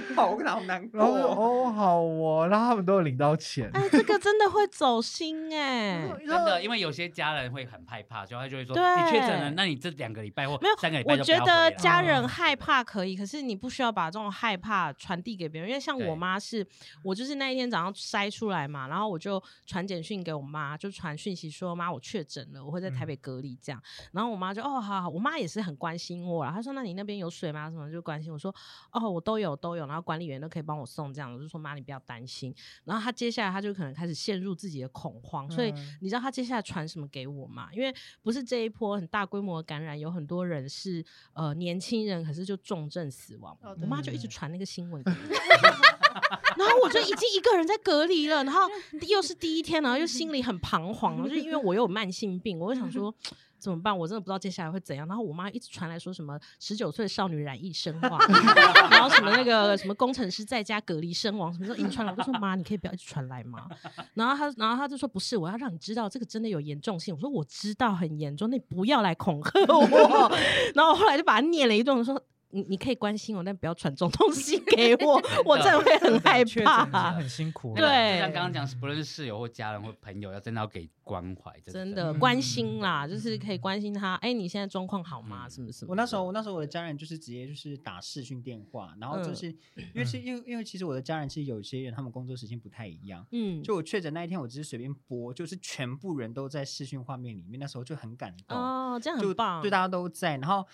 S4: 行。
S3: 好，我好难
S5: 然后我就
S3: 过。
S5: 哦好哦，然后他们都有领到钱。
S2: 哎，这个真的会走心哎、
S5: 然后
S4: 真的，因为有些家人会很害怕，所以他就会说：“
S2: 对
S4: 你确诊了，那你这两个礼拜或
S2: 没有
S4: 三个礼，拜
S2: 我
S4: 都不
S2: 觉
S4: 要回嗯来哦
S2: 得家人害怕可以，可是你不需要把这种害怕传递给别人。因为像我
S4: 对
S2: 妈是，我就是那一天早上筛出来嘛，然后我就传简讯给我妈，就传讯息说妈我确诊了，我会在台
S1: 嗯
S2: 北隔离这样。然后我妈就哦好好，我妈也是很关心我啦，她说那你那边有水吗？什么就关心我说哦我都有都有，然后管理员都可以帮我送这样，我就说妈你不要担心。然后她接下来她就可能开始陷入自己的恐慌，所以
S5: 嗯
S2: 你知道他接下来传什么给我吗？因为不是这一波很大规模的感染，有很多人是呃年轻人，可是就重症死亡。
S7: 哦
S2: 我
S7: 对
S2: 妈就
S7: 对
S2: 一直
S7: 对
S2: 传那个新闻给我然后我就已经一个人在隔离了，然后又是第一天，然后又心里很彷徨，然后就因为我又有慢性病，我就想说。怎么办？我真的不知道接下来会怎样。然后我妈一直传来说什么十九岁少女染疫身亡，然后什么那个什么工程师在家隔离身亡，什么时候印传来？我就说妈，你可以不要一直传来吗？然后他，然后他就说不是，我要让你知道这个真的有严重性。我说我知道很严重，那你不要来恐吓我。 然后我后来就把他念了一顿，我说你你可以关心我，但不要传这种东西给我，我真的会很害
S1: 确诊已经
S2: 怕。
S1: 很辛苦了。
S2: 对
S4: 就像刚刚讲，不论是室友或家人或朋友，要真的要给关怀，
S2: 真
S4: 的
S2: 的关心啦，就是可以关心他。哎，你现在状况好吗？
S4: 嗯
S2: 什么什么？
S3: 我那时候，我那时候我的家人就是直接就是打视讯电话，然后就是、因为是因为因为其实我的家人是有些人他们工作时间不太一样，
S2: 嗯，
S3: 就我确诊那一天我只是随便播，就是全部人都在视讯画面里面，那时候就很感动，
S2: 哦，这样
S3: 就
S2: 很棒。
S3: 对大家都在，然后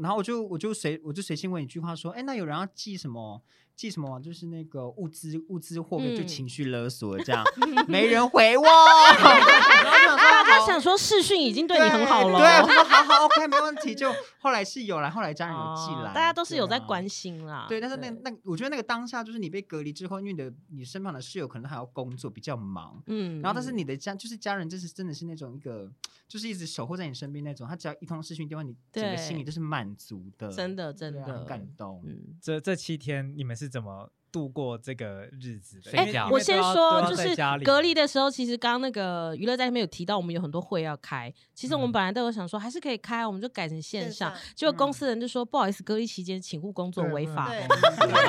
S3: 然后我就我就随我就随性问一句话说，哎，那有人要寄什么？寄什么？就是那个物资物资货给，就
S2: 嗯
S3: 情绪勒索 这样，没人回我。然后就想说
S2: 大家
S3: 好
S2: 啊想说视讯已经对你很好了，
S3: 对，我就说好好 OK，没问题。就后来是有来，后来家人有寄
S2: 哦
S3: 来，
S2: 大家都是有在
S3: 系。
S2: 关心啦。
S3: 对，但是那那我觉得那个当下就是你被隔离之后，因为你的你身旁的室友可能还要工作，比较忙。
S2: 嗯，
S3: 然后，但是
S2: 嗯
S3: 你的家就是家人，就是真的是那种一个，就是一直守候在你身边那种。他只要一通视讯电话，你整个心里
S2: 对
S3: 都是满足的，
S2: 真的真
S3: 对啊
S2: 的
S3: 很感动。
S2: 嗯。
S1: 这这七天你们是怎么度过这个日子的？
S4: 睡
S1: 因为因
S4: 觉
S1: 为
S2: 哎我
S1: 都
S2: 先
S1: 要都
S2: 说，
S1: 要
S2: 就
S1: 在
S2: 是
S1: 家里
S2: 隔离的时候，其实刚刚那个娱乐在那边有提到，我们有很多会要开。其实我们
S1: 嗯
S2: 本来都有想说，还是可以开，我们就改成线上。
S7: 线上
S2: 结果公司人就说，不好意思，隔离期间请勿工作，违
S1: 嗯
S2: 法。
S7: 对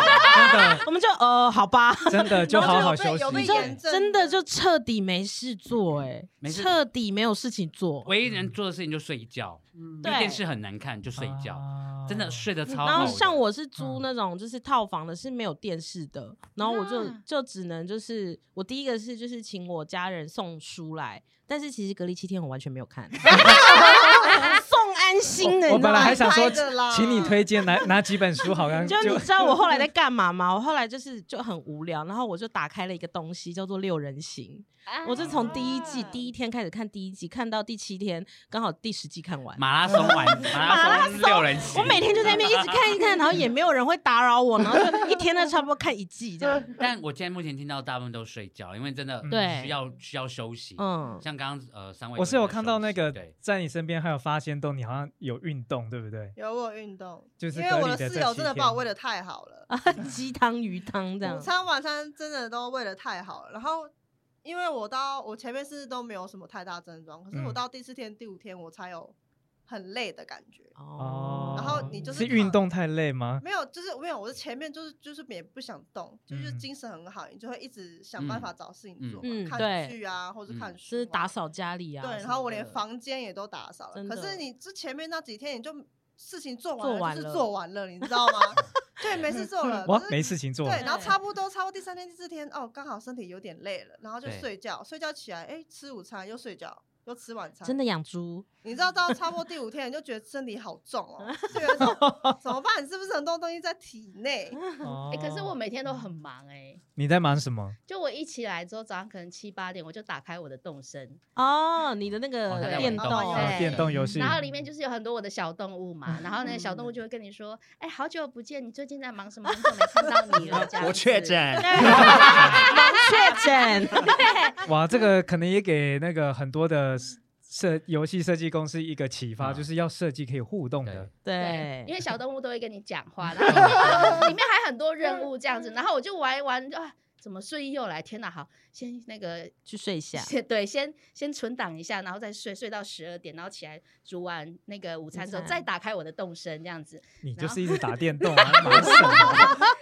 S2: 我们就呃，好吧，
S1: 真的就
S7: 然后
S1: 好
S7: 就
S1: 好
S7: 有
S1: 休息一
S7: 被有被严
S1: 下
S7: 严。
S2: 真的就彻底没事做、哎，
S4: 没事
S2: 彻底没有事情做。
S4: 嗯唯一能做的事情就睡觉，
S3: 嗯
S4: 因
S2: 对
S4: 为电视很难看就睡觉，
S1: 啊
S4: 真的 睡得超
S2: 然
S4: 好
S2: 后
S4: 的。
S2: 像我是
S1: 嗯
S2: 租那种就是套房的，是没有电视的，然后我就
S6: 啊
S2: 就只能就是我第一个是就是请我家人送书来，但是其实隔离七天我完全没有看， 送安心的，
S1: 我
S2: 你知
S1: 本
S2: 道
S1: 来
S2: 吗
S1: 还？想说
S7: 拍的啦，
S1: 请你推荐哪哪几本书好像
S2: 啊就你知道我后来在干嘛吗？我后来就是就很无聊，然后我就打开了一个东西叫做《六人行》，我是从第一季
S6: 啊
S2: 第一天开始看第一季，看到第七天，刚好第十季看完。
S4: 马拉松完， 马拉松六人行，
S2: 我每天就在那边一直看一看，然后也没有人会打扰我，然后 就一天呢差不多看一季这样。
S4: 但我现在目前听到大部分都睡觉，因为真的
S3: 嗯
S2: 对
S4: 需要需要休息。
S2: 嗯，
S4: 像刚刚呃三位都在休息，
S1: 我是有看到那个
S4: 对
S1: 在你身边还有发现到你好像有运运动，对不对？
S7: 有我有运动，
S1: 就是
S7: 因为
S1: 隔
S7: 我
S1: 离
S7: 的
S1: 的
S7: 室
S1: 这
S7: 友
S1: 七
S7: 真的把我
S1: 天
S7: 喂的太好了，
S2: 嗯鸡汤鱼汤啊这样
S7: 午。餐晚餐真的都喂的太好了。然后因为我到我前面是都没有什么太大症状，可是我
S1: 嗯
S7: 到第四天、第五天我才有很累的感觉。
S1: 哦。
S7: 然后你就是是
S1: 运
S7: 躺
S1: 动太累吗？
S7: 没有，就是没有，我是前面就是就是也不想动，就是
S1: 嗯
S7: 精神很好，你就会一直想办法找事情做嘛，
S2: 嗯嗯对
S7: 看剧啊，或者
S4: 嗯
S7: 看书、
S2: 就是打。扫家里啊什么
S7: 对
S2: 的。，
S7: 然后我连房间也都打扫了，
S2: 真
S7: 可
S2: 的
S7: 是你之前面那几天你就事情做
S2: 做
S7: 完
S2: 完
S7: 就是
S2: 了嗯
S7: 做完了，你知道吗？ 对，没事做了，
S1: 哇
S7: 呃可，是
S1: 没事情做，
S7: 对，然后
S2: 对
S7: 差不多，差不多第三天、第四天，哦，刚好身体有点累了，然后就
S4: 对
S7: 睡觉，睡觉起来，哎，吃午餐又睡觉，又吃晚餐，
S2: 真的。养猪，
S7: 你知道到差不多第五天，你就觉得身体好重哦，就觉得说怎么办？是不是很多东西在体内？
S1: 哎
S6: 哎、可是我每
S2: 哦
S6: 天都很忙哎、
S1: 你在忙什么？
S6: 就我一起来之后，早上可能七八点我就打开我的动身，
S2: 哦，你的那
S4: 哦
S2: 个
S4: 他在玩
S2: 电
S4: 动
S2: 动
S7: 哦
S1: 啊，
S6: 对
S1: 电动游戏
S6: 然。后里面就是有很多我的小动物嘛，然后那个小
S2: 嗯
S6: 动物就会跟你说：“哎、好久不见，你最近在忙什么？很久没看 到你了。”这样
S3: 我确
S6: 子。
S3: 诊，
S2: 啊 确诊，
S1: 哇，这个可能也给那个很多的设游戏设计公司一个启发，
S4: 嗯
S1: 就是要设计可以互动的
S4: 对。
S6: 对
S2: 对，，
S6: 因为小动物都会跟你讲 话，然后里面还很多任务这样子，
S2: 嗯
S6: 然后我就玩一玩，就啊，怎么睡意又来？天哪，好，先那个
S2: 去睡一下。
S6: 先 对，先先存档一下，然后再睡，睡到十二点，然后起来煮完那个午餐之后，
S2: 午餐
S6: 再打开我的动身，这样子
S1: 你就
S6: 然后
S1: 是一直打电动啊，忙什么？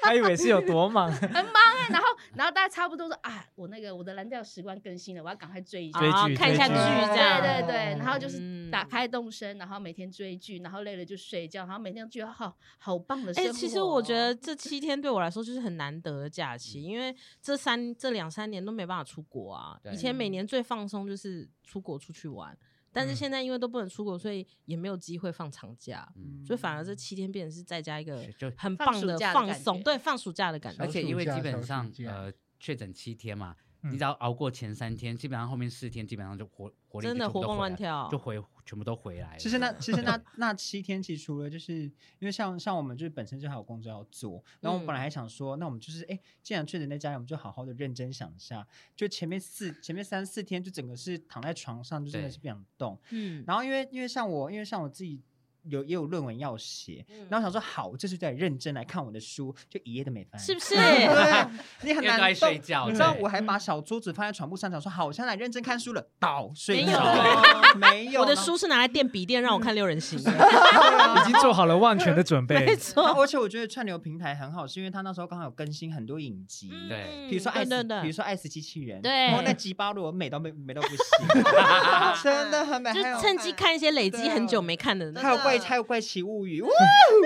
S1: 还以为是有多忙，
S6: 很忙哎、然后 然后大家差不多说啊，我那个我的蓝调时光更新了，我要赶快追一下。
S1: 追
S2: 啊
S1: 剧
S2: 看一
S1: 追
S2: 下
S1: 剧
S2: 剧
S6: 对
S2: 这样。
S6: 对对，然后就是
S2: 嗯
S6: 打开动身，然后每天追剧，然后累了就睡觉，然后每天觉得好好棒的生
S2: 哎、
S6: 活哦。
S2: 其实我觉得这七天对我来说就是很难得的假期，因为这三这两三年都没办法出国啊。
S4: 对
S2: 以前每年最放松就是出国出去玩，但是现在因为都不能出国，所以也没有机会放长假，
S4: 嗯
S2: 所以反而这七天变成是在家一个
S4: 是就
S2: 很
S6: 放
S2: 棒
S6: 暑
S2: 的
S6: 假的
S2: 放
S6: 感
S2: 松，
S6: 觉
S2: 对，放暑假的感
S4: 而
S2: 觉。
S4: 且因为
S5: 小暑
S4: 基
S5: 假
S4: 本
S5: 小暑
S4: 上
S5: 假
S4: 呃确诊七天嘛，
S1: 嗯
S4: 你只要熬过前三天，基本上后面四天基本上就活活力
S2: 真
S4: 就
S2: 的
S4: 全部
S2: 活
S4: 都
S2: 蹦
S4: 回
S2: 乱
S4: 来
S2: 跳
S4: 就回全部都回来了。
S3: 其实那其实那
S4: 对
S3: 那七天，其实除了就是因为像像我们就是本身就还有工作要做，然后我本
S2: 嗯
S3: 来还想说，那我们就是哎，既然确诊在家里，我们就好好的认真想一下。就前面四前面三四天就整个是躺在床上，就真的
S4: 对
S3: 是不想动。
S2: 嗯，
S3: 然后因为因为像我因为像我自己有也有论文要写，
S2: 嗯
S3: 然后想说好，我这次再认真来看我的书，就一页都没翻。
S2: 是不是？嗯
S3: 对，你很
S4: 因为都在
S3: 难动
S4: 睡觉
S3: 你知道
S4: 对
S3: 我还把小桌子放在床铺上，想说好，我现在来认真看书了，倒睡
S2: 没有
S3: 着， 没有
S2: 我的
S3: 然后
S2: 书是拿来垫笔垫，让我看六人行的。
S1: 已经做好了万全的准备
S2: 没。错，
S3: 而且我觉得串流平台很好，是因为它那时候刚好有更新很多影集，
S4: 对
S3: 比如说爱
S2: 嗯对
S3: 死，
S2: 对
S3: 比
S2: 对，
S3: 如说爱死机器人，
S2: 对
S3: 然后那几包的我美到美美到不行， 真的很美，
S2: 就
S3: 还有
S2: 是趁机看一些累积很久没看的那
S3: 还有怪
S7: 真的
S3: 还有怪奇物语，哇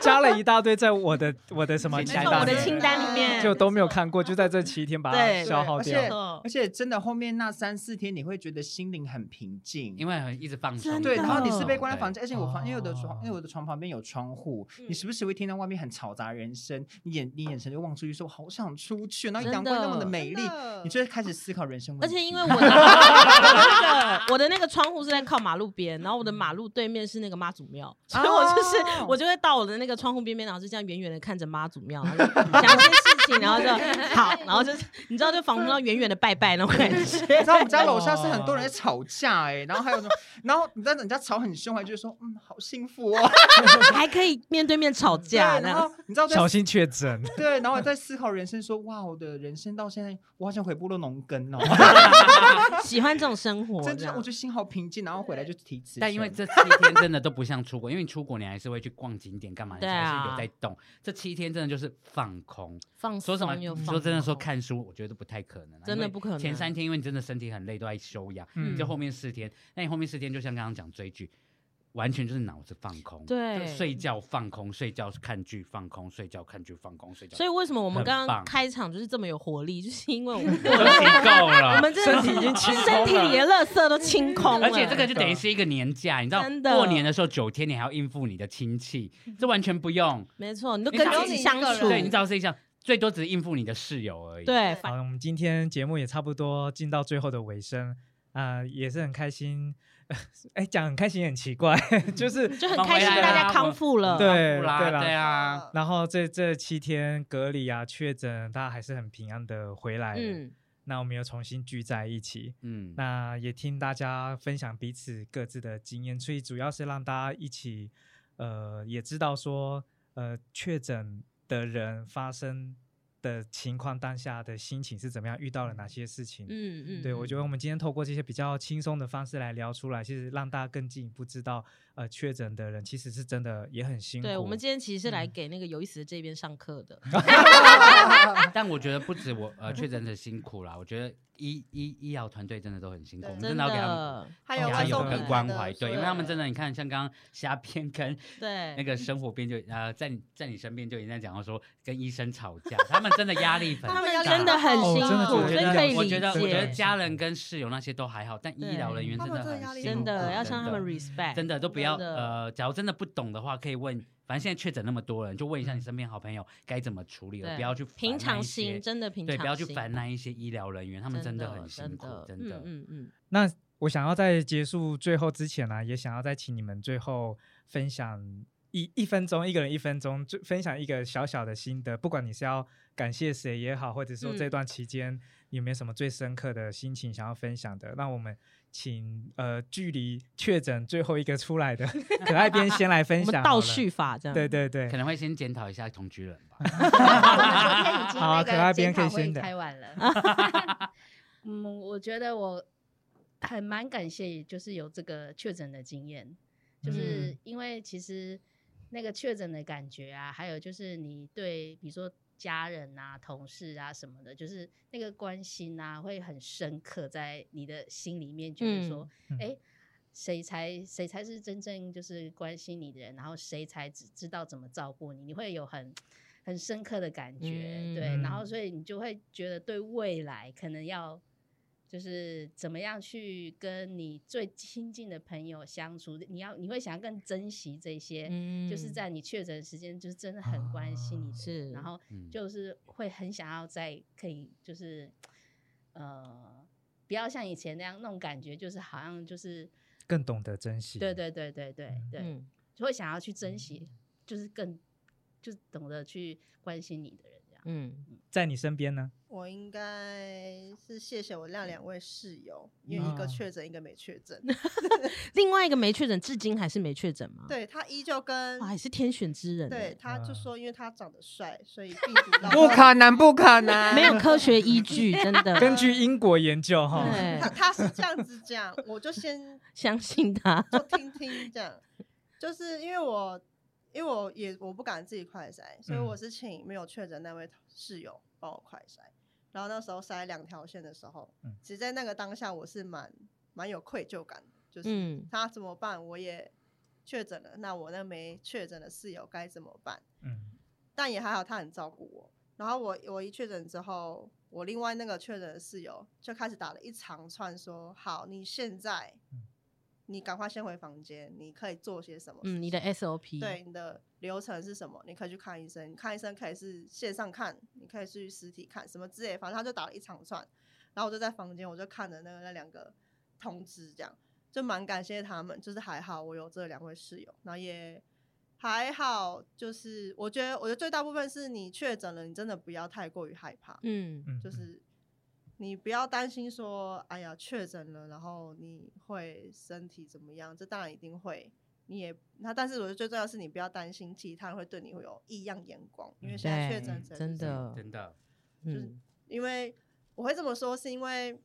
S1: 加了一大堆在我的我的什么
S4: 清
S1: 清
S4: 单
S2: 从
S1: 单
S2: 我
S1: 里
S2: 的
S1: 面
S2: 清单里面
S1: 就都没有看过，就在这七天把它
S2: 对
S1: 消耗
S3: 而
S1: 掉
S3: 且。
S2: 掉
S3: 而且真的后面那三四天你会觉得心灵很平静，
S4: 因为很一直放
S2: 真
S4: 松，
S3: 对，
S2: 真
S3: 然后你是
S2: 的哦
S3: 被关在
S4: 对
S3: 房间，而且我房，因为我的床，
S1: 哦
S3: 因为我的床旁边有窗户，
S2: 嗯
S3: 你时不时会听到外面很嘈杂人声，你眼你眼神就望出去说好想出去，然后
S2: 真
S3: 阳光那么
S2: 的
S3: 的美丽
S7: 真的，
S3: 你就会开始思考人生问
S2: 而
S3: 题。
S2: 且因为我的我的那个我的那个窗户是在靠马路边，然后我的马路对面是那个妈祖庙，所以我
S3: 哦
S2: 就是我就会到我的那个窗户边边，然后就这样远远的看着妈祖庙，然后就想一些事情，然后 就好，然后就是你知道，就仿佛要远远的拜拜那种感
S3: 你
S2: 觉
S3: 知。 道我们家楼下是很多人
S2: 哦
S3: 在吵架哎、然后还 有什么，然后你知道人家吵很凶，还觉得说嗯好幸 福哦，
S2: 还可以面对面吵
S3: 对，
S2: 架，
S3: 然
S2: 呢。
S3: 后你知 道在
S1: 小心确诊，
S3: 对，然后我在思考人生说哇我的人生到现在我好像回部落农耕 哦，
S2: 喜欢这种生活，
S3: 真
S2: 这
S3: 的我
S2: 样
S3: 觉得心好平静，然后回来就提词。
S4: 但因为这七天真的都不像出国，因为你出国你还是会去逛景点 干嘛，你
S2: 对
S4: 还是有
S2: 啊
S4: 在动。这七天真的就是放空，
S2: 放
S4: 说什么
S2: 松又
S4: 你
S2: 放
S4: 说真的说
S2: 空，
S4: 看书，我觉得不太可能啊，
S2: 真
S4: 因
S2: 的
S4: 为
S2: 不可能
S4: 前三天因为你真的身体很累，都在休养，
S1: 嗯
S4: 你就后面四天，那你后面四天就像刚刚讲追剧。完全就是脑子放空，
S2: 对
S4: 就睡觉放空，睡觉看剧放空，睡觉看剧放空，睡觉。
S2: 所以为什么我们
S4: 很
S2: 刚刚
S4: 棒
S2: 开场就是这么有活力，就是因为我们
S4: 都已经哎够
S2: 我
S4: 了，
S2: 们真的
S1: 身体已经清空
S2: 身体
S1: 了
S2: 里的垃圾都清空了，
S4: 而且这个就等于是一个年假，你知道
S2: 真的
S4: 过年的时候九天，你还要应付你的亲戚，这完全不用。
S2: 没错，你都
S4: 你
S2: 跟
S4: 想
S2: 自己
S7: 一
S2: 相
S7: 个人
S2: 处，
S4: 对，你找谁想，最多只是应付你的室友而已。，
S2: 对，
S1: 好，我们今天节目也差不多进到最后的尾声，啊、也是很开心。 哎，讲很开心很奇怪， 就是
S2: 就很
S4: 忙
S2: 开
S4: 回
S2: 心
S4: 来
S2: 大家
S4: 啦
S2: 康
S4: 我
S2: 复了。
S1: 对
S4: 不啦，
S1: 对啦
S4: 对啊，
S1: 然后这这七天隔离啊、确诊，大家还是很平安的回来。嗯，
S2: 嗯，
S1: 那我们又重新聚在一起。
S4: 嗯，
S1: 那也听大家分享彼此各自的经验，所以主要是让大家一起，呃，也知道说，呃，确诊的人发生的情况当下的心情是怎么样，遇到了哪些事情。
S2: 嗯嗯，
S1: 对，我觉
S2: 得
S1: 得我们今天透过这些比较轻松的方式来聊出来，其实让大家更进一步知道，呃，确诊的人其实是真的也很辛苦。
S2: 对，我们今天其实是来给那个有意思的这边上课的。
S4: 但我觉得不止我呃确诊者辛苦啦，我觉得医医医疗团队真的都很辛苦，
S7: 对
S4: 我们
S2: 真
S4: 的要给他们。
S2: 的，
S7: 还有
S4: 加
S7: 外
S4: 油
S7: 送
S2: 对
S4: 跟
S7: 平
S4: 关
S7: 的
S4: 怀，
S7: 所
S4: 对，因
S7: 有
S4: 为他们真的，你看，像刚刚虾片跟
S2: 对，
S4: 那个生活边就呃，在你在你身边就已经在讲到说跟医生吵架，他们真的压力很
S7: 他们
S4: 大
S7: 压力
S2: 真的很
S1: 哦
S2: 辛
S1: 真的
S2: 苦，
S4: 我
S2: 所
S4: 觉
S2: 以
S4: 得
S2: 可以
S4: 我
S2: 理
S4: 觉得我觉得
S2: 解。
S4: 家人跟室友那些都还好，但医疗人员
S7: 对
S4: 真
S7: 他们真的压
S4: 很
S7: 力
S4: 辛
S2: 真
S4: 苦，
S2: 的要
S4: 真
S2: 向他们 respect，
S4: 真的都不要
S2: 真的
S4: 呃，假如真的不懂的话，可以问，反正现在确诊那么多人，就问一下你身边好朋友该怎么处理了，
S2: 对
S4: 不要去烦那
S2: 平
S4: 一
S2: 常
S4: 些
S2: 心，真的平常
S4: 对，
S2: 心，
S4: 不要去烦那一些医疗人员，他
S2: 他
S4: 们
S2: 真
S4: 的很辛苦，真的。
S2: 嗯嗯
S1: 那我想要在结束最后之前呢、啊也想要再请你们最后分享一一分钟，一个人一分钟，就分享一个小小的心得，不管你是要感谢谁也好，或者说
S2: 嗯
S1: 这段期间有没有什么最深刻的心情想要分享的，那我们请呃距离确诊最后一个出 来的可爱边先来
S2: 嗯，
S1: 分
S2: 我
S1: 享
S2: 们
S1: 好
S2: 倒
S1: 了，
S2: 叙法这样，
S1: 对对对
S2: 嗯
S4: 可，能会先检讨一下同居人吧。
S6: 昨天已经
S1: 好
S6: 那
S1: 可爱
S6: 个
S1: 边
S6: 检
S1: 可以
S6: 讨会
S1: 先的
S6: 开完了。 嗯，我觉得我很蛮感谢，就是有这个确诊的经验，就是
S1: 嗯
S6: 因为其实那个确诊的感觉啊，还有就是你对比如说家人啊、同事啊什么的，就是那个关心啊，会很深刻在你的心里面，觉得说，
S1: 嗯嗯
S6: 哎、谁才谁才是真正就是关心你的人，然后谁才只知道怎么照顾你，你会有很很深刻的感觉，对，
S1: 嗯
S6: 然后所以你就会觉得对未来可能要就是怎么样去跟你最亲近的朋友相处，你要你会想要更珍惜这些，
S2: 嗯啊
S6: 就是在你确诊时间，就是真的很关心你的人
S2: 是
S6: 然后
S4: 嗯
S6: 就是会很想要在可以就是呃，不要像以前那样那种感觉，就是好像就是
S1: 更懂得珍惜，
S6: 对对对对对对，
S2: 嗯
S6: 就会想要去珍惜，就是更就是懂得去关心你的人这样。
S2: 嗯，
S1: 在你身边呢，
S7: 我应该是谢谢我那两位室友，因为一个
S1: 嗯
S7: 确诊，一个没确诊。
S2: 另外一个没确诊，至今还是没确诊吗？，
S7: 对他依旧跟
S2: 哇，还是天选之人，
S7: 对，，他就
S1: 嗯
S7: 说，因为他长得帅，所以病 毒到
S3: 不可能，不可 能，
S2: 没有科学依据，真 的，
S1: 根据英国研究哈，
S2: 呃对
S7: 他他是这样子讲，我 就先
S2: 相信 他，
S7: 就听听这样。就是因为我，因为我也我不敢自己快筛，所以
S1: 嗯
S7: 我是请没有确诊那位室友帮我快筛。然后那时候筛两条线的时候，
S1: 嗯
S7: 其实在那个当下我是蛮蛮有愧疚感的，就是
S2: 嗯
S7: 他怎么办，我也确诊了，那我那没确诊的室友该怎么办？
S1: 嗯
S7: 但也还好，他很照顾我。然后我我一确诊之后，我另外那个确诊的室友就开始打了一长串说：“好，你现在
S1: 嗯，
S7: 你赶快先回房间，你可以做些什么事情？
S2: 嗯，你的 SOP，
S7: 对你的流程是什么？你可以去看医生，看医生可以是线上看，你可以去实体看，什么之类的。反正他就打了一长串，然后我就在房间，我就看着那个那两个通知，这样就蛮感谢他们，就是还好我有这两位室友，然后也还好，就是我觉得我觉得最大部分是你确诊了，你真的不要太过于害怕，
S2: 嗯
S1: 嗯，
S7: 就
S1: 嗯
S7: 是。你不要担心说，哎呀，确诊了，然后你会身体怎么样？这当然一定会，你也那，但是我觉得最重要的是你不要担心其他人会对你会有异样眼光，因为现在
S2: 嗯
S7: 确
S2: 对
S7: 诊者
S2: 真
S7: 就是
S2: 的
S4: 真 的，
S7: 就是
S2: 嗯
S7: 因为我会这么说，是因为因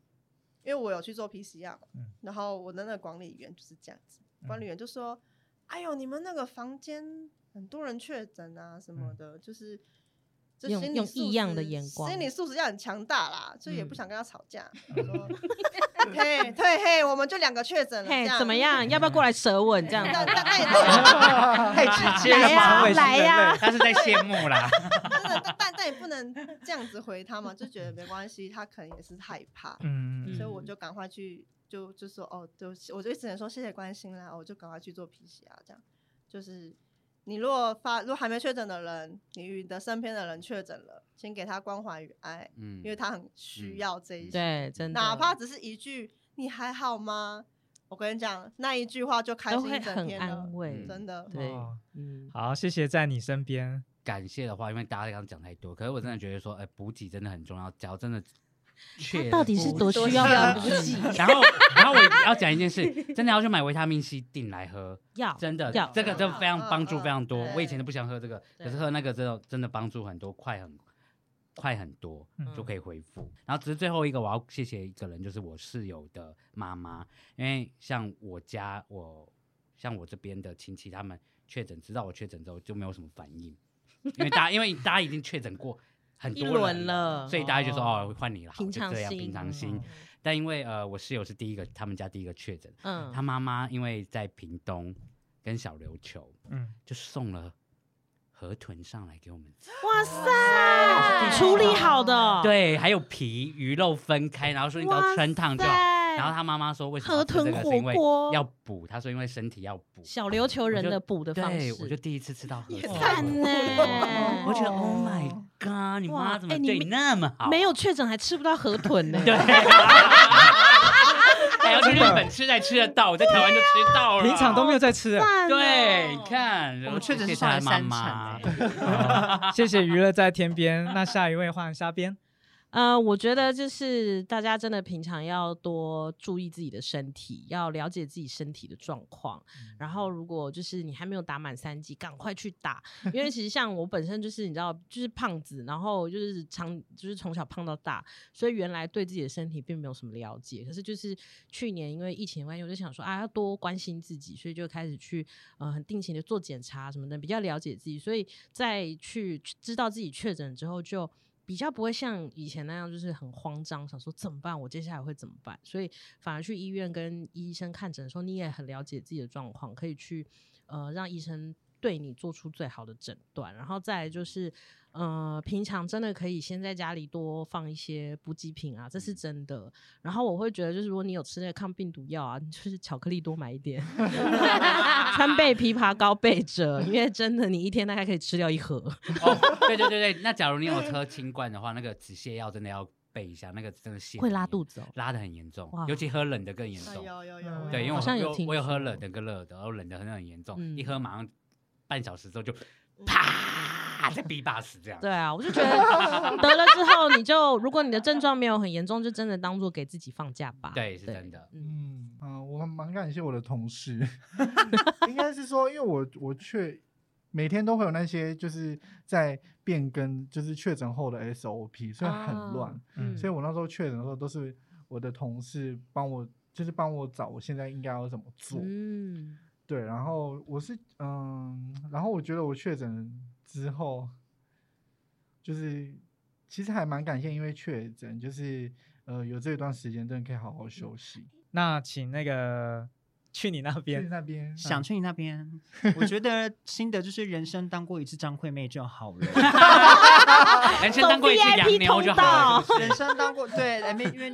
S7: 为我有去做 PCR，、
S1: 嗯
S7: 然后我的那个管理员就是这样子，
S2: 嗯
S7: 管理员就说：“哎呦，你们那个房间很多人确诊啊什么的，就是就
S2: 嗯用
S7: 心理
S2: 用
S7: 素
S2: 异样的
S7: 质
S2: 眼光
S7: 心理素质要很强大啦，就也
S2: 嗯
S7: 不想跟他吵 架，我说嘿对嘿，我们就两个确诊了，这
S2: 嘿，
S7: 样
S2: 怎么？
S4: 嗯
S2: 样？要不要过来舌吻这样？
S7: 但 但但也
S3: 太直接了
S2: 来呀
S3: 吧？
S2: 来呀
S4: 他是在羡慕 啦。
S7: 真的，但但但也不能这样子回他嘛，就觉得没关系，他可能也是害怕，
S1: 嗯嗯
S7: 所以我
S2: 嗯
S7: 就赶快去，就就说哦，对不起，我就只能说谢谢关心啦，我就赶快去做 PCR，这样就是你如果发如果还没确诊的人，你与你的身边的人确诊了，先给他关怀与爱，
S4: 嗯
S7: 因为他很需要这
S3: 嗯
S7: 一些，
S2: 对，真的，
S7: 哪怕只是一句“你还好吗”，我跟你讲那一句话就开
S2: 都
S7: 心
S2: 会
S7: 一整
S2: 很
S7: 天了
S2: 安，
S3: 嗯
S2: 慰，
S7: 真的。
S2: 对
S1: 哦，
S2: 嗯，
S1: 好，谢谢在你身边。
S4: 感谢的话，因为大家刚刚讲太多，可是我真的觉得说，哎、补给真的很重要。只要真的确
S2: 到底是
S4: 不
S2: 多
S4: 知
S2: 需要
S4: 道
S2: 补给
S4: 然后，然后我要讲一件事，真的要去买维他命 C 定来喝，
S2: 要
S4: 真的
S2: 要，
S4: 这个真的非常
S7: 嗯
S4: 帮助
S7: 嗯
S4: 非常多
S7: 对。
S4: 我以前都不喜欢喝这个，
S2: 对
S4: 可是喝那个真的真的帮助很多，快很快很多
S1: 嗯
S4: 就可以恢复。然后只是最后一个，我要谢谢一个人，就是我室友的妈妈，因为像我家我像我这边的亲戚他们确诊，知道我确诊之后就没有什么反应，因为大家因为大家已经确诊过很
S2: 一
S4: 多
S2: 轮
S4: 人
S2: 了，
S4: 所以大家就说
S2: 哦
S4: 哦，换你了，好
S2: 平
S4: 就
S2: 常
S4: 这样
S2: 心，
S4: 平常心
S2: 嗯。
S4: 但因为呃，我室友是第一个，他们家第一个确诊，
S2: 嗯，
S4: 他妈妈因为在屏东跟小琉球，
S1: 嗯，
S4: 就送了河豚上来给我们吃，
S2: 哇塞，处理好的，，哦
S4: 对，还有皮鱼肉分开，然后说你只要穿烫就好。然后
S2: 然
S4: 他妈妈说为什么要
S2: 河
S4: 吃这
S2: 豚
S4: 个
S2: 火
S4: 是因为
S2: 锅
S4: 要补，他说因为身体要补。
S2: 小琉球人的补的方
S4: 对，
S2: 式，
S4: 我就第一次吃到河豚火
S2: 看
S4: 锅，
S2: 呢、
S4: 我觉得 Oh my God，你
S2: 哇
S4: 妈怎么
S2: 哎你
S4: 对你
S2: 没
S4: 那么好？
S2: 没有确诊还吃不到河豚呢、
S4: 对， 还要去日本吃才吃得到，我在台湾就吃
S2: 啊
S4: 到了。
S1: 平常都没有在吃欸。
S2: 赞哦
S4: 对，你看
S3: 我们确诊
S4: 谢
S3: 是
S4: 谢
S3: 上
S4: 他
S3: 来
S4: 妈
S3: 三
S4: 妈
S3: 产。
S1: 好 谢谢娱乐在天边。那下一位换虾边，
S2: 呃，我觉得就是大家真的平常要多注意自己的身体，要了解自己身体的状况。然后，如果就是你还没有打满三剂，赶快去打，因为其实像我本身就是你知道，就是胖子，然后就是长就是从小胖到大，所以原来对自己的身体并没有什么了解。可是就是去年因为疫情的关系，我就想说啊，要多关心自己，所以就开始去呃很定期的做检查什么的，比较了解自己。所以在去知道自己确诊之后就。比较不会像以前那样，就是很慌张，想说怎么办？我接下来会怎么办？所以反而去医院跟医生看诊的时候，你也很了解自己的状况，可以去呃让医生对你做出最好的诊断。然后再来就是，呃，平常真的可以先在家里多放一些补给品啊，这是真的。然后我会觉得，就是如果你有吃那个抗病毒药啊，你就是巧克力多买一点，川贝枇杷膏备着，因为真的你一天大概可以吃掉一盒。
S4: 哦，对对对对，那假如你有喝清罐的话，那个止泻药真的要备一下，那个真的泻
S2: 会拉肚子哦
S4: 拉的很严重
S2: 哇，
S4: 尤其喝冷的更严
S7: 啊
S4: 重。
S7: 有有
S1: 嗯
S7: 有，
S4: 对，因为
S2: 好
S4: 我
S2: 像有
S4: 我
S2: 听
S4: 我有
S2: 说
S4: 喝冷的跟热的，然后冷的很很严重，
S2: 嗯
S4: 一喝马上半小时之后就啪，再逼巴死这样。
S2: 对啊，我就觉得得了之后，你就如果你的症状没有很严重，就真的当做给自己放假吧。
S4: 对是真的
S2: 嗯，
S5: 嗯啊、我蛮感谢我的同 事，应该是说，因为我我确每天都会有那些就是在变更，就是确诊后的 SOP，所以很
S2: 啊
S5: 乱。
S1: 嗯
S5: 所以我那时候确诊的时候，都是我的同事帮我，就是帮我找我现在应该要怎么做。
S2: 嗯，
S5: 对，然后我是嗯，然后我觉得我确诊之后，就是其实还蛮感谢，因为确诊就是呃有这一段时间真的可以好
S2: 嗯
S5: 好休息。
S1: 那请那个去你那
S5: 去
S1: 边。
S5: 那边
S3: 想去你那边，我觉得新的就是人生当过一次张惠妹就好了。
S4: 人生当过一次
S2: 走
S4: 羊
S2: VIP
S4: 牛就好了。
S3: 人生当过对，哎没因为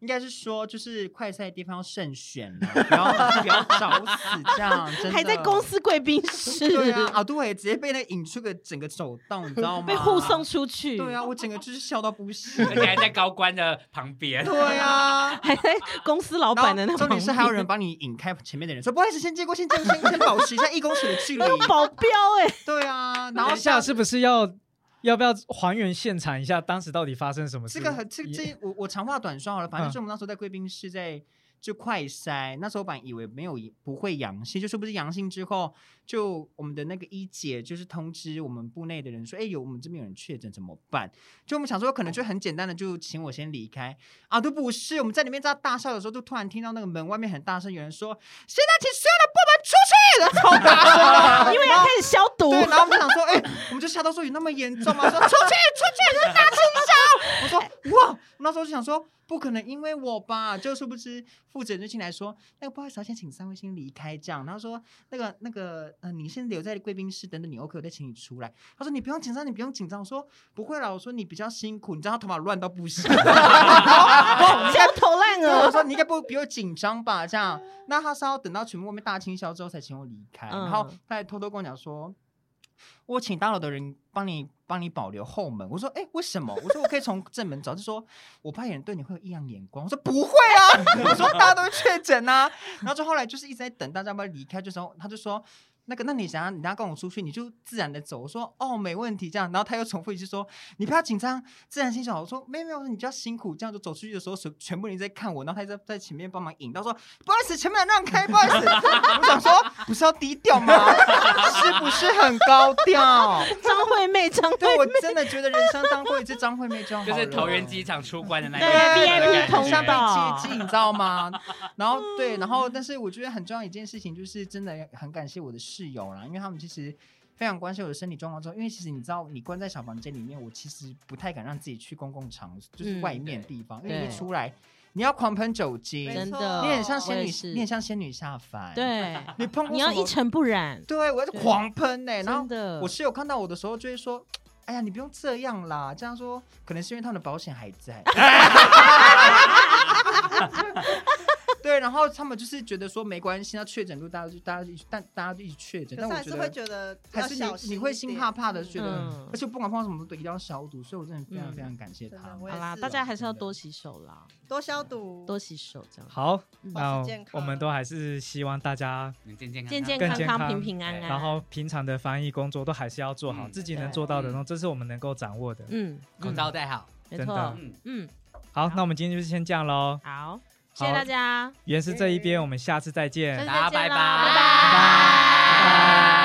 S3: 应该是说就是快赛地方要慎选了，不要不要找死这样，真的
S2: 还在公。司贵宾室、
S3: 对啊，啊对，直接被那引出个整个走动，你知道吗？
S2: 被护送。出去，
S3: 对啊，我整个就是笑到不 行。
S4: 而且还在高官的旁边。
S3: 对啊，
S2: 还在公司老
S3: 然后
S2: 板的那
S3: 重点是还有人帮你引开前面的人，说不好意思，先接过，先接过，先先保持一下一公尺的距 离。
S2: 保镖哎、
S3: 对啊，然后
S1: 等一下
S3: 像
S1: 是不是要要不要还原现场一下当时到底发生什么事？
S3: 这个很这这我我长话短说好了，反正就是我们那时候在贵宾室在就快筛，那时候本来以为没有不会阳性，就是不是阳性之后，就我们的那个一姐就是通知我们部内的人说，哎、有我们这边有人确诊怎么办？就我们想说可能就很简单的就请我先离开啊，都不是，我们在里面在大笑的时候，就突然听到那个门外面很大声有人说，现在请所有的部门出去，然后超大 声，
S2: 因为要开始消毒，
S3: 对，然后我们想说，哎、我们就吓到说有那么严重吗？说出去，出去，是大清消。我说哇，那时候就想说不可能，因为我吧，就殊不知负责人就进来说，那个不好意思啊，先请三位先离开这样。然后说那个那个呃，你先留在贵宾室等等你 OK，我再请你出来。他说你不用紧张，你不用紧张。我说不会啦，我说你比较辛苦，你知道他头发乱到不行。
S2: 焦头烂
S3: 对我
S2: 额。
S3: 说你应该不比我紧张吧？这样，那他是要等到全部外面大清消之后才请我离开，
S2: 嗯
S3: 然后他还偷偷跟我讲说，我请大楼的人帮你帮你保留后门。我说，哎、为什么？我说我可以从正门找，就说我怕有人对你会有异样眼光。我说不会啊，我说大家都确诊啊。然后就后来就是一直在等大家要不要离开，就时候他就说。那个，那你想要你要跟我出去，你就自然的走。我说哦，没问题，这样。然后他又重复一句说，你不要紧张，自然欣赏。我说没有没有，我说你比较辛苦，这样就走出去的时候，全全部人在看我，然后他在在前面帮忙引到说，不好意思，前面让开，不好意思。 我想说不是要低调吗？是不是很高调？
S2: 张惠妹，张惠
S3: 对我真的觉得人生当过一次张惠妹这样，
S4: 就是桃园机。场出
S3: 啊
S4: 关的那一
S2: 对
S4: 个
S2: VIP
S4: 感觉
S2: 通
S3: 像被
S2: 道
S3: 接近，你知道吗？然后对，然后但是我觉得很重要一件事情，就是真的很感谢我的室友啦，因为他们其实非常关心我的身体状况之后，因为其实你知道，你关在小房间里面，我其实不太敢让自己去公共场所，就
S2: 嗯
S3: 是外面地方，因为
S2: 对
S3: 一出来你要狂喷酒精，
S7: 没
S2: 真
S3: 你
S7: 错
S2: 的，
S3: 很像仙
S2: 我
S3: 女
S2: 也是，
S3: 你很像仙女下凡，，
S2: 对，
S3: 你碰过
S2: 你要
S3: 什么
S2: 一尘不染，
S3: 对我就
S2: 对
S3: 狂喷呢、然后
S2: 真的，
S3: 我室友看到我的时候就会说：“哎呀，你不用这样啦。”这样说，可能是因为他们的保险还在。 对，然后他们就是觉得说没关系，那确诊就大家就大家就一起但大家就一起确诊，
S7: 可
S3: 但
S7: 是
S3: 我觉
S7: 还是会
S3: 得
S7: 觉得
S3: 还
S7: 要
S3: 是
S7: 小
S3: 你
S7: 心
S3: 你
S7: 一
S3: 会心
S7: 点
S3: 怕怕的，
S7: 嗯
S3: 觉得
S2: 嗯
S3: 而且不管碰到什么都一定要消毒，所以我真的非常
S2: 嗯
S3: 非常感谢他
S7: 真的
S3: 们。
S7: 我也
S2: 好啦，
S7: 是
S2: 大家还是要
S3: 啊真的
S2: 多洗手啦，
S7: 多消毒，
S2: 多洗手这样，
S1: 好，
S2: 嗯
S1: 那
S7: 保持健康
S1: 我们都还是希望大家，
S4: 你健健康
S2: 健
S4: 康
S2: 健
S1: 更
S2: 康
S1: 健
S2: 康、
S1: 康
S2: 平平安
S4: 对
S2: 安，
S1: 然后平常的防疫工作都还是要做好，
S4: 嗯
S1: 自己能
S2: 哎对
S1: 做到的，然后这是我们能够掌握的。
S2: 嗯，
S4: 口罩戴好，
S2: 没
S1: 真
S2: 错
S1: 的，
S4: 嗯，
S2: 嗯，
S1: 好，那我们今天就先这样喽。
S2: 好，谢谢大家，
S1: 嗯原是这一边，我们下次再见。
S2: 下次
S4: 大家
S2: 再见
S4: 拜
S2: 咯
S4: 拜，
S2: 拜拜
S4: 拜拜